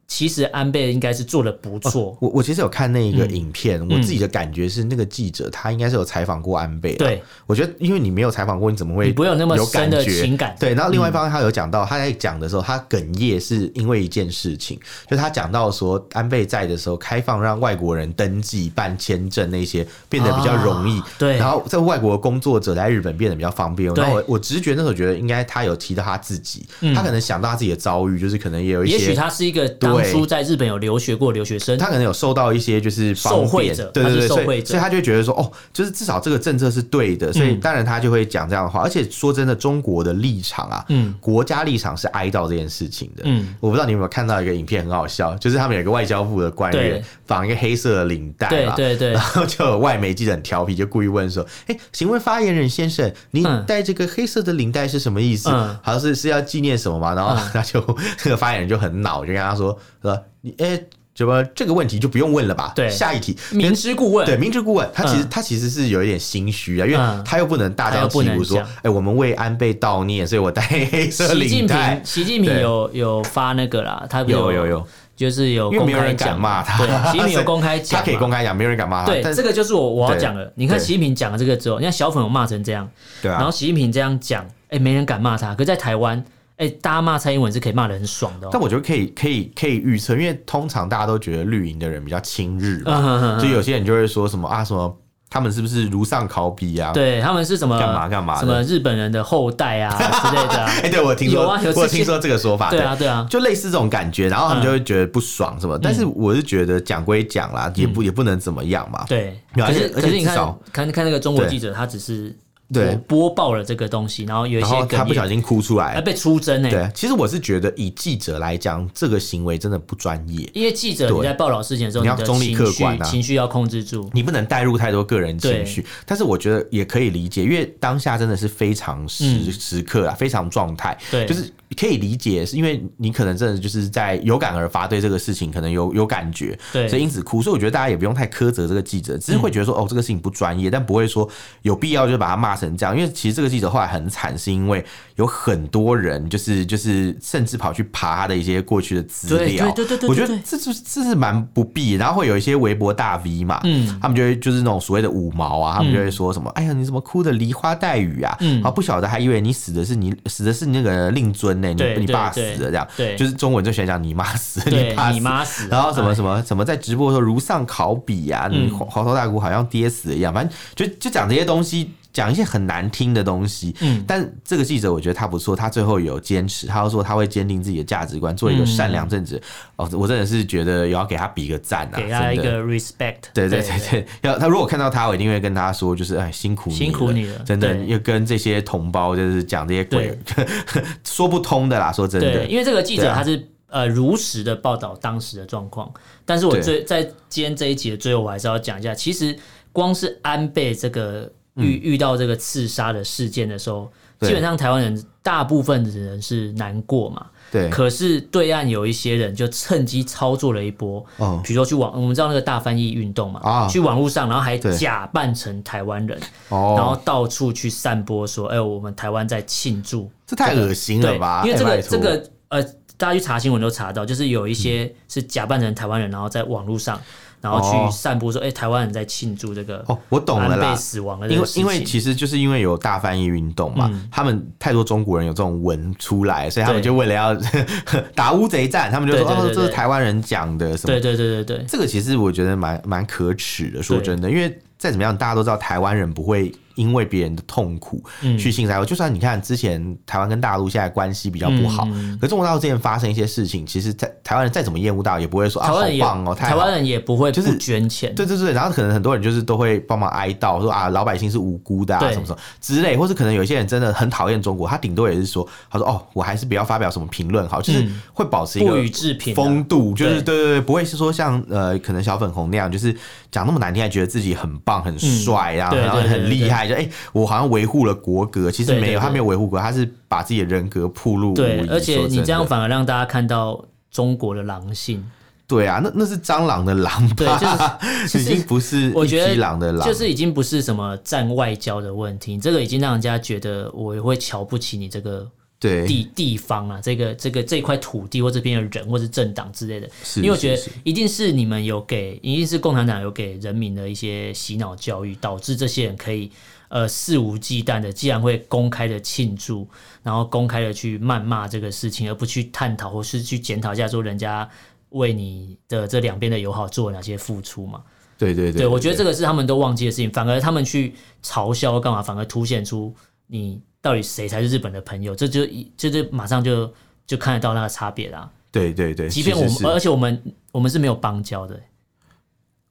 B: 其实安倍应该是做的不错。
A: 我我其实有看那
B: 嗯
A: 个影片，我自己的感觉是，那个记者他应该是有采访过安倍的。
B: 对，
A: 我觉得因为你没有采访过，你怎么会
B: 你不会有那么
A: 有
B: 深
A: 感
B: 的
A: 觉
B: 情感嗯
A: 对，然后另外一方面他有讲到，他在讲的时候，他哽咽是因为一件事情，就他讲到说安倍在的时候，开放让外国人登记、办签证那些变得比较容易
B: 啊，对
A: 然后在外国工作者在日本变得比较方便。
B: 对嗯
A: 然后我我直觉那时候觉得，应该他有提到他自己，他可能想到他自己的遭遇，就是可能也有一
B: 也
A: 些，
B: 许他是一个当
A: 对
B: 初在日本有留学过的留学生，
A: 他可能有受到一些就是方便
B: 受惠者
A: 对
B: 他
A: 对
B: 是
A: 对，
B: 受
A: 所
B: 惠
A: 以
B: 者嗯
A: 所以他就会觉得说，哦，就是至少这个政策是对的，所以当然他就会讲这样的话。而且说真的，中国的立场啊，
B: 嗯
A: 国家立场是哀悼这件事情的。
B: 嗯，
A: 我不知道你有没有看到一个影片，很好笑，就是他们有一个外交部的官员
B: 对
A: 绑一个黑色的领带
B: 对
A: 嘛，
B: 对对
A: (laughs) 然后就有外媒记者很调皮，就故意问说，哎，请问发言人先生，您
B: 嗯
A: 戴这个黑色的领带是什么意思？
B: 嗯
A: 好像 (laughs) 是是要纪念什么嘛？然后他就、这个发言人就很恼，就跟他说说你哎、什么这个问题就不用问了吧？
B: 对
A: 下一题。
B: 明知故问，
A: 对，明知故问，他其实、
B: 嗯
A: 他其实是有一点心虚啊，因为
B: 嗯
A: 他又不能大张旗鼓
B: 他又不能
A: 说
B: 讲，
A: 哎、我们为安倍悼念，所以我戴黑色
B: 习近
A: 领带
B: 平，。习近平
A: 对
B: 有有发那个啦，他不是
A: 有有有，
B: 就是有
A: 因为
B: 公
A: 没有
B: 开
A: 人敢
B: 讲
A: 骂 (laughs) 他，
B: 对，习近平
A: 所
B: 有
A: 以
B: 公开讲
A: 他
B: 嘛，
A: 可以公开讲，没有人敢骂他。
B: 对，
A: 但
B: 这个就是我我要
A: 对
B: 讲了。你看
A: 对
B: 习近平讲了这个之后，你看小粉有骂成这样，
A: 对
B: 然
A: 啊
B: 后，习近平这样讲，哎，没人敢骂他。可在台湾，哎，大家骂蔡英文是可以骂的很爽的哦。
A: 但我觉得可以可以可以预测，因为通常大家都觉得绿营的人比较亲日嘛，
B: 嗯哼哼哼
A: 所以有些人就会说什么啊什么，他们是不是如上考比啊？，
B: 对他们是什么
A: 干嘛干嘛的
B: 什么日本人的后代
A: (laughs)
B: 啊之类的啊
A: 哎、，对我听说，
B: 有啊有这些
A: 我有听说这个说法，
B: 对啊对啊，
A: 就类似这种感觉，然后他们
B: 嗯
A: 就会觉得不爽什么。但是我是觉得讲归讲啦，也不也不能怎么样嘛。
B: 嗯对。
A: 没有
B: 可
A: 而且
B: 是
A: 而
B: 可
A: 且
B: 是你
A: 至
B: 看
A: 少
B: 看看那个中国
A: 对
B: 记者，他只是
A: 对
B: 播播报了这个东西，然后有一
A: 然
B: 些
A: 后他
B: 哽
A: 不小
B: 咽，
A: 心哭出
B: 哎，
A: 来，
B: 被出征哎。
A: 对，其实我是觉得以记者来讲，这个行为真的不专业。
B: 因为记者
A: 对
B: 你在报道事情的时候，
A: 你要
B: 的
A: 中立
B: 情
A: 客
B: 绪
A: 观啊
B: 情绪要控制住。
A: 你不能带入太多个人情绪，但是我觉得也可以理解，因为当下真的是非常时、
B: 嗯
A: 时刻啊，非常状态，
B: 对
A: 就是可以理解，是因为你可能真的就是在有感而发，对这个事情可能有有感觉，
B: 对嗯
A: 所以因此哭，所以我觉得大家也不用太苛责这个记者，只是会觉得说、哦，这个事情不专业，但不会说有必要就把他骂成这样，因为其实这个记者后来很惨，是因为有很多人就是就是甚至跑去爬他的一些过去的资
B: 对
A: 料，
B: 对对对对
A: 我觉得
B: 对
A: 这是这是蛮不必，然后会有一些微博大 V 嘛，
B: 嗯
A: 他们就会就是那种所谓的五毛啊，他们就会说什么，哎呀，你怎么哭的梨花带雨啊？
B: 嗯
A: 然后不晓得还以为你死的是你死的是那个令尊呢、
B: 对
A: 你你爸死
B: 对对
A: 了这样，
B: 对
A: 就是中文最喜欢讲 (laughs) 你妈死，
B: 对
A: 爸
B: 你
A: 死。
B: 妈死了，
A: 然后什么
B: 哎
A: 什么什么在直播的时候如上考比啊，你
B: 嗯
A: 黄黄头大姑好像爹死了一样，反正就就讲这些东西，讲一些很难听的东西。
B: 嗯
A: 但这个记者我觉得他不错，他最后有坚持，他又说他会坚定自己的价值观，做
B: 嗯
A: 一个善良正直。哦，我真的是觉得也要给他比个赞啊，
B: 给大家一
A: 真的
B: 个 respect。
A: 对对对对，要他如果看到他，我一定会跟他说，就是哎，辛苦
B: 辛苦你了
A: 真的
B: 对
A: 要跟这些同胞就是讲这些鬼 (laughs) 说不通的啦，说真
B: 对，
A: 的，
B: 因为这个记
A: 对
B: 者
A: 啊
B: 他是、呃如实的报道当时的状况，但是我
A: 对
B: 最在今天这一集的最后，我还是要讲一下，其实光是安倍这个遇、遇到这个刺杀的事件的时候，
A: 嗯对
B: 基本上台湾人大部分的人是难过嘛，
A: 对
B: 可是对岸有一些人就趁机操作了一波，
A: 哦
B: 比如说去网，我们知道那个大翻译运动嘛，
A: 啊
B: 去网络上，然后还
A: 对
B: 假扮成台湾人，然后
A: 哦，
B: 到处去散播说，哎、我们台湾在庆祝
A: 这太恶心了
B: 对，
A: 吧？
B: 因为
A: 哎
B: 这
A: 拜
B: 个
A: 托嗯
B: 这个呃，大家去查新闻都查到，就是有一些是假扮成台湾人，然后在网络上，然后
A: 哦
B: 去散播说，哎、台湾人在庆祝这个
A: 哦，我懂了
B: 安倍
A: 啦。
B: 死亡的这
A: 因
B: 个
A: 为
B: 事情。嗯
A: 因为其实就是因为有大翻译运动嘛，他们太多中国人有这种文出来，所以他们
B: 对
A: 就为了要 (laughs) 打乌贼战，他们就说
B: 对对对
A: 哦，这是
B: 对
A: 台湾人讲的什么
B: 对对对对对
A: 这个其实我觉得蛮蛮可耻的，说真的，因为再怎么样，大家都知道台湾人不会因为别人的痛苦
B: 嗯
A: 去幸灾乐祸。就算你看之前台湾跟大陆现在关系比较不好，
B: 嗯
A: 可中国大陆之前发生一些事情，其实在台湾人再怎么厌恶大陆，也不会说啊
B: 台
A: 好
B: 湾人也、
A: 棒哦，太
B: 台
A: 好
B: 湾。人也不会
A: 就是
B: 不捐钱，
A: 对对对，然后可能很多人就是都会帮忙哀悼，说啊老百姓是无辜的啊
B: 对
A: 什么什么之类，或是可能有一些人真的很讨厌中国，他顶多也是说，他说哦我还是不要发表什么评论好，就是
B: 嗯
A: 会保持一个
B: 不予置评啊、
A: 风度，就是
B: 对
A: 对对对，不会是说像呃，可能小粉红那样，就是讲那么难听，还觉得自己很棒、很帅啊，
B: 对
A: 然后
B: 对对
A: 很
B: 对
A: 厉
B: 对
A: 害，就哎、我好像维护了国格，其实
B: 对对
A: 没有，
B: 对
A: 他没有维护国格，他是把自己的人格暴露无遗。
B: 对，而
A: 说
B: 且
A: 真
B: 你
A: 的
B: 这样反而让大家看到中国的狼性，
A: 对啊，那那是蟑螂的狼 (laughs)
B: 对，
A: 吧？
B: 就是就
A: 已
B: 是
A: 经不是
B: 我
A: 一
B: 觉
A: 匹
B: 得
A: 狼的狼，
B: 就是已经不是什么站外交的问题，这个已经让人家觉得我会瞧不起你这个
A: 对，
B: 地地方啊，这个这个这块土地或这边的人或是政党之类的，
A: 是
B: 因为我觉得
A: 是是
B: 一定是你们有给，一定是共产党有给人民的一些洗脑教育，导致这些人可以呃肆无忌惮的，既然会公开的庆祝，然后公开的去谩骂这个事情，而不去探讨或是去检讨一下说人家为你的这两边的友好做了哪些付出嘛。
A: 对对对
B: 对，我觉得这个是他们都忘记的事情，反而他们去嘲笑干嘛，反而凸显出你到底谁才是日本的朋友，这就一这就马上就就看得到那个差别啦。
A: 对对对，
B: 即便我
A: 是
B: 们，呃
A: 是是
B: 而且我们我们是没有邦交的、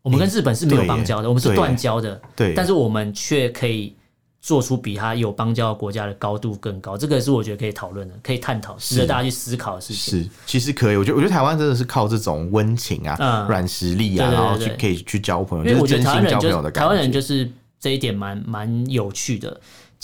B: 我们跟日本是没有邦交的，
A: 对耶
B: 我们是
A: 对耶
B: 断交的，
A: 对，啊
B: 但
A: 是
B: 是我们却可以。做出比他有邦交的国家的高度更高，这个是我觉得可以讨论的，可以探讨，值得大家去思考的事情。
A: 是其实可以，我觉得我觉得台湾真的是靠这种温情啊、
B: 嗯
A: 软实力啊，
B: 对对对
A: 然后去
B: 对
A: 可以去交朋友，
B: 因为
A: 就
B: 我
A: 是真
B: 觉得台湾
A: 心交
B: 人
A: 朋友
B: 就
A: 的
B: 是
A: 感
B: 台湾人
A: 觉。
B: 就是这一点蛮蛮有趣的，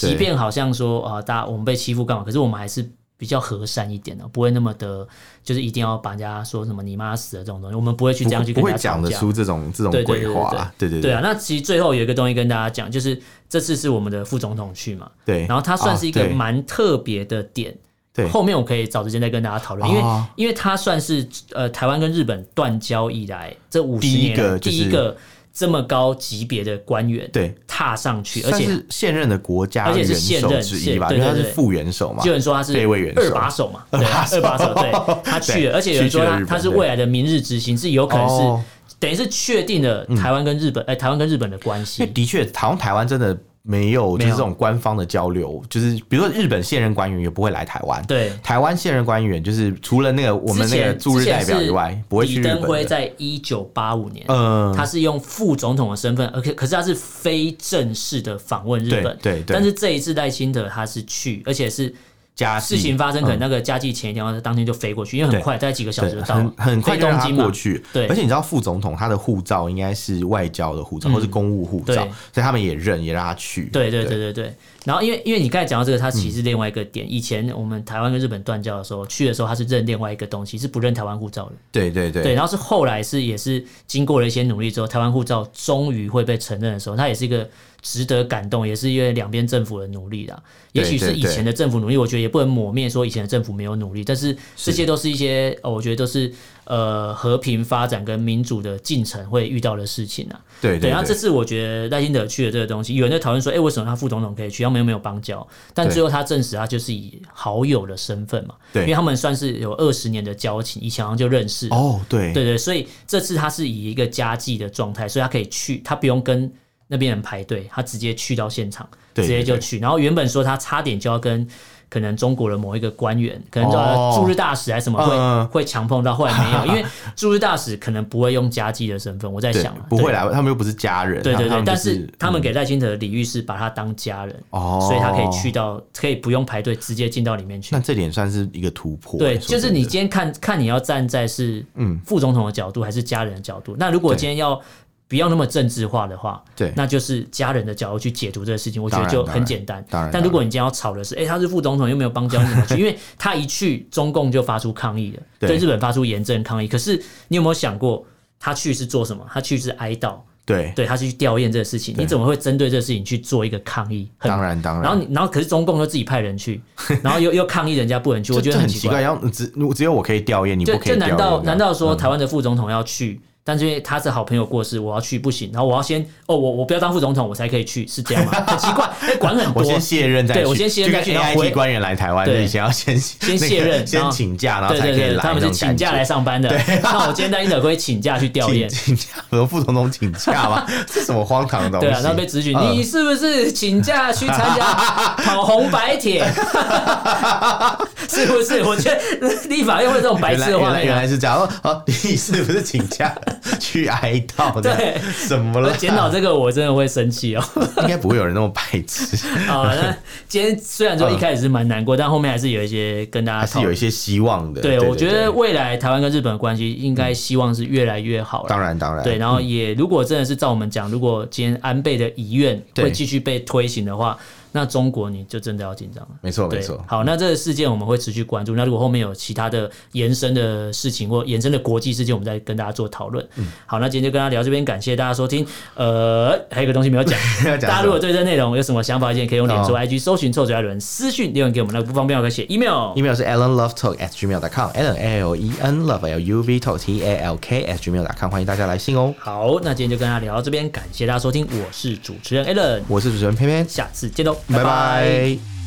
A: 对
B: 即便好像说啊、大家我们被欺负干嘛，可是我们还是比较和善一点的，不会那么的，就是一定要把人家说什么你妈死了这种东西，我们不会去这样去
A: 不
B: 跟
A: 会
B: 人家
A: 讲
B: 吵
A: 得
B: 架。
A: 出这种这种
B: 对对
A: 鬼
B: 对
A: 话啊，对对
B: 对啊，那其实最后有一个东西跟大家讲，就是这次是我们的副总统去嘛，
A: 对
B: 然后它算
A: 啊
B: 是一个
A: 对
B: 蛮特别的点。
A: 对
B: 后面我可以找时间再跟大家讨论，因为、
A: 哦
B: 因为它算是呃台湾跟日本断交以来这五十
A: 第一
B: 年来
A: 个就是
B: 第一个这么高级别的官员
A: 对
B: 踏上去，而
A: 算
B: 且
A: 是现任的国家
B: 而且
A: 元
B: 是现
A: 首
B: 任
A: 之一
B: 现
A: 吧，
B: 对
A: 因为他
B: 对
A: 是
B: 对
A: 副元首嘛，
B: 就有人说他是
A: 备位元首
B: 二把手嘛，对啊二把手，
A: (laughs)
B: 对，他去
A: 对
B: 了，而且有人说
A: 去
B: 他
A: 了日本
B: 他是
A: 对
B: 未来的明日之星，是有可能是、
A: 哦嗯
B: 等于是确定了台湾跟日本，哎、台湾跟日本的关
A: 因为
B: 系，
A: 的确，好像台湾真的没有就是
B: 没有
A: 这种官方的交流，就是比如说日本现任官员也不会来台湾，
B: 对。
A: 台湾现任官员就是除了那个我们
B: 之
A: 那个
B: 前
A: 驻
B: 之
A: 日代
B: 前
A: 表以
B: 是
A: 外，不会去
B: 李
A: 日
B: 登辉
A: 本的。
B: 在一九八五年，
A: 嗯
B: 他是用副总统的身份，而且可是他是非正式的访问日
A: 对
B: 本，
A: 对对
B: 但是这一次赖清德他是去，而且是
A: 加
B: 事
A: 急
B: 情发生可能那个佳绩前一天，他当天就飞过去，因为很
A: 嗯对
B: 快，大概几个小时
A: 对，
B: 就到了
A: 很，很快
B: 飞
A: 就让
B: 东
A: 他
B: 京嘛
A: 过。去。
B: 对
A: 而且你知道副总统他的护照应该是外交的护照，或是公务护
B: 对
A: 照，所以他们也认，也让他去。
B: 对对对对对，然后因为因为你刚才讲到这个，它其
A: 嗯
B: 实是另外一个点。以前我们台湾跟日本断交的时候，去的时候他是认另外一个东西，是不认台湾护照的。
A: 对对对
B: 对，然后是后来是也是经过了一些努力之后，台湾护照终于会被承认的时候，它也是一个值得感动，也是因为两边政府的努力啦。也
A: 对
B: 许是
A: 对
B: 以
A: 对
B: 前的政府努力，我觉得也不能抹灭说以前的政府没有努力，但是这些都是一些呃，我觉得都是呃和平发展跟民主的进程会遇到的事情啊。
A: 对
B: 对，
A: 对
B: 然后这次我觉得赖清德去的这个东西，有人在讨论说，哎、为什么他副总统可以去，他们又没有邦交？但
A: 对
B: 最后他证实他就是以好友的身份嘛，
A: 对
B: 因为他们算是有二十年的交情，以前好像就认识了，
A: 哦对
B: 对对，所以这次他是以一个家祭的状态，所以他可以去，他不用跟那边人排队，他直接去到现场，
A: 对
B: 直接就
A: 对
B: 去。然后原本说他差点就要跟可能中国的某一个官员，可能
A: 哦
B: 叫驻日大使还是什么会、
A: 嗯
B: 会强碰到，后来
A: (laughs)
B: 没有，因为驻日大使可能不会用家祭的身份，我在
A: 对
B: 想啊，
A: 不
B: 对
A: 会。来，他们又不是家人。
B: 对对
A: 他
B: 对，
A: 们
B: 但
A: 就是
B: 他们
A: 嗯
B: 给赖清德的礼遇是把他当家人，
A: 哦，
B: 所以他可以去。到，可以不用排队，直接进到里面去
A: 那。这点算是一个突破。
B: 对，
A: 说
B: 就
A: 真
B: 是你
A: 的
B: 今天看看你要站在是副总统的角度还是家人的角度。那如果
A: 对
B: 今天要不要那么政治化的话，
A: 对
B: 那就是家人的角度去解读这个事情，我觉得
A: 当然
B: 就
A: 当
B: 很
A: 然
B: 简单。
A: 当然
B: 但如
A: 当
B: 果你今天要吵的是，哎，他是副总统又没有邦交，你
A: (laughs)
B: 怎么去？因为他一去，中共就发出抗议了，
A: 对
B: 对日本发出严正抗议。可是你有没有想过，他去是做什么？他去是哀悼，
A: 对，
B: 对他去吊唁这个事情，你怎么会针对这个事情去做一个抗议？很
A: 当然当然。
B: 然后你，然后可是中共又自己派人去，然后又又抗议人家不能去，
A: 就
B: 我觉得
A: 就很
B: 奇
A: 奇怪，。要只只有我可以吊唁，你
B: 就
A: 不可
B: 就
A: 以吊唁这样。嗯
B: 难道难道说台湾的副总统要去，但是因为他是好朋友过世，我要去不行，然后我要先哦，我我不要当副总统，我才可以去，是
A: (laughs)
B: 这样吗？很奇怪，哎，管很
A: 我
B: 多。
A: 先卸任再去，
B: 对我先卸任再去
A: 就跟
B: 然后
A: AIT
B: 回
A: 官员来台湾，
B: 对
A: 你先要先先
B: 卸任然
A: 先
B: 后
A: 请假，然后
B: 对
A: 才可
B: 对
A: 以
B: 对，
A: 来。
B: 他们是请假来上班的。 (laughs) 那我今天在英德会请假去吊
A: 请
B: 唁，
A: 请 (laughs) 假，和副总统请假吗？ (laughs) 这什么荒唐的东西？
B: 对啊，然后被咨询、
A: 嗯
B: 你是不是请假去参
A: (laughs)
B: 加跑红白帖？ (laughs) 是不是？我觉得立法院会有这种白
A: 原来
B: 痴的
A: 原
B: 画
A: 来
B: 面
A: 原
B: 啊。
A: 来是这样哦！ (laughs) 你是不是请假去哀悼的？
B: 对，
A: 怎么
B: 我
A: 了？
B: 检讨这个，我真的会生气
A: (laughs)
B: 哦。
A: 应该不会有人那么白
B: (laughs)
A: 痴，
B: 好，那今天虽然说一开始是蛮难过，但后面还是有一些跟大家
A: 还是
B: 讨
A: 有
B: 论
A: 一。些希望的。
B: 对，
A: 对，
B: 我觉得
A: 对
B: 未来台湾跟日本的关系应该希望是越来越好
A: 当
B: 了。
A: 然嗯当然，
B: 对，然后也如果真的是照我们讲，如果今天安倍的遗愿
A: 对
B: 会继续被推行的话，那中国你就真的要紧张了。
A: 没错
B: 对，
A: 没错。，
B: 好，那这个事件我们会持续关注。那如果后面有其他的延伸的事情或延伸的国际事件，我们再跟大家做讨论。好，那今天就跟大家聊这边，感谢大家收听。呃，还有一个东西没有讲
A: (laughs) 要讲什么
B: 大家如果对这内容有什么想法意见，可以用脸书、
A: 哦
B: IG 搜寻“臭嘴艾伦”私讯留言给我们。那不方便我可以写 email。
A: email 是 allenlovetalk at gmail.com，allen l e n love l u v talk t a l k at gmail.com，欢迎大家来信哦。
B: 好，那今天就跟大家聊到这边，感谢大家收听，我是主持人 Alan，
A: 我是主持人偏偏，
B: 下次见喽，
A: 拜
B: 拜拜
A: 拜。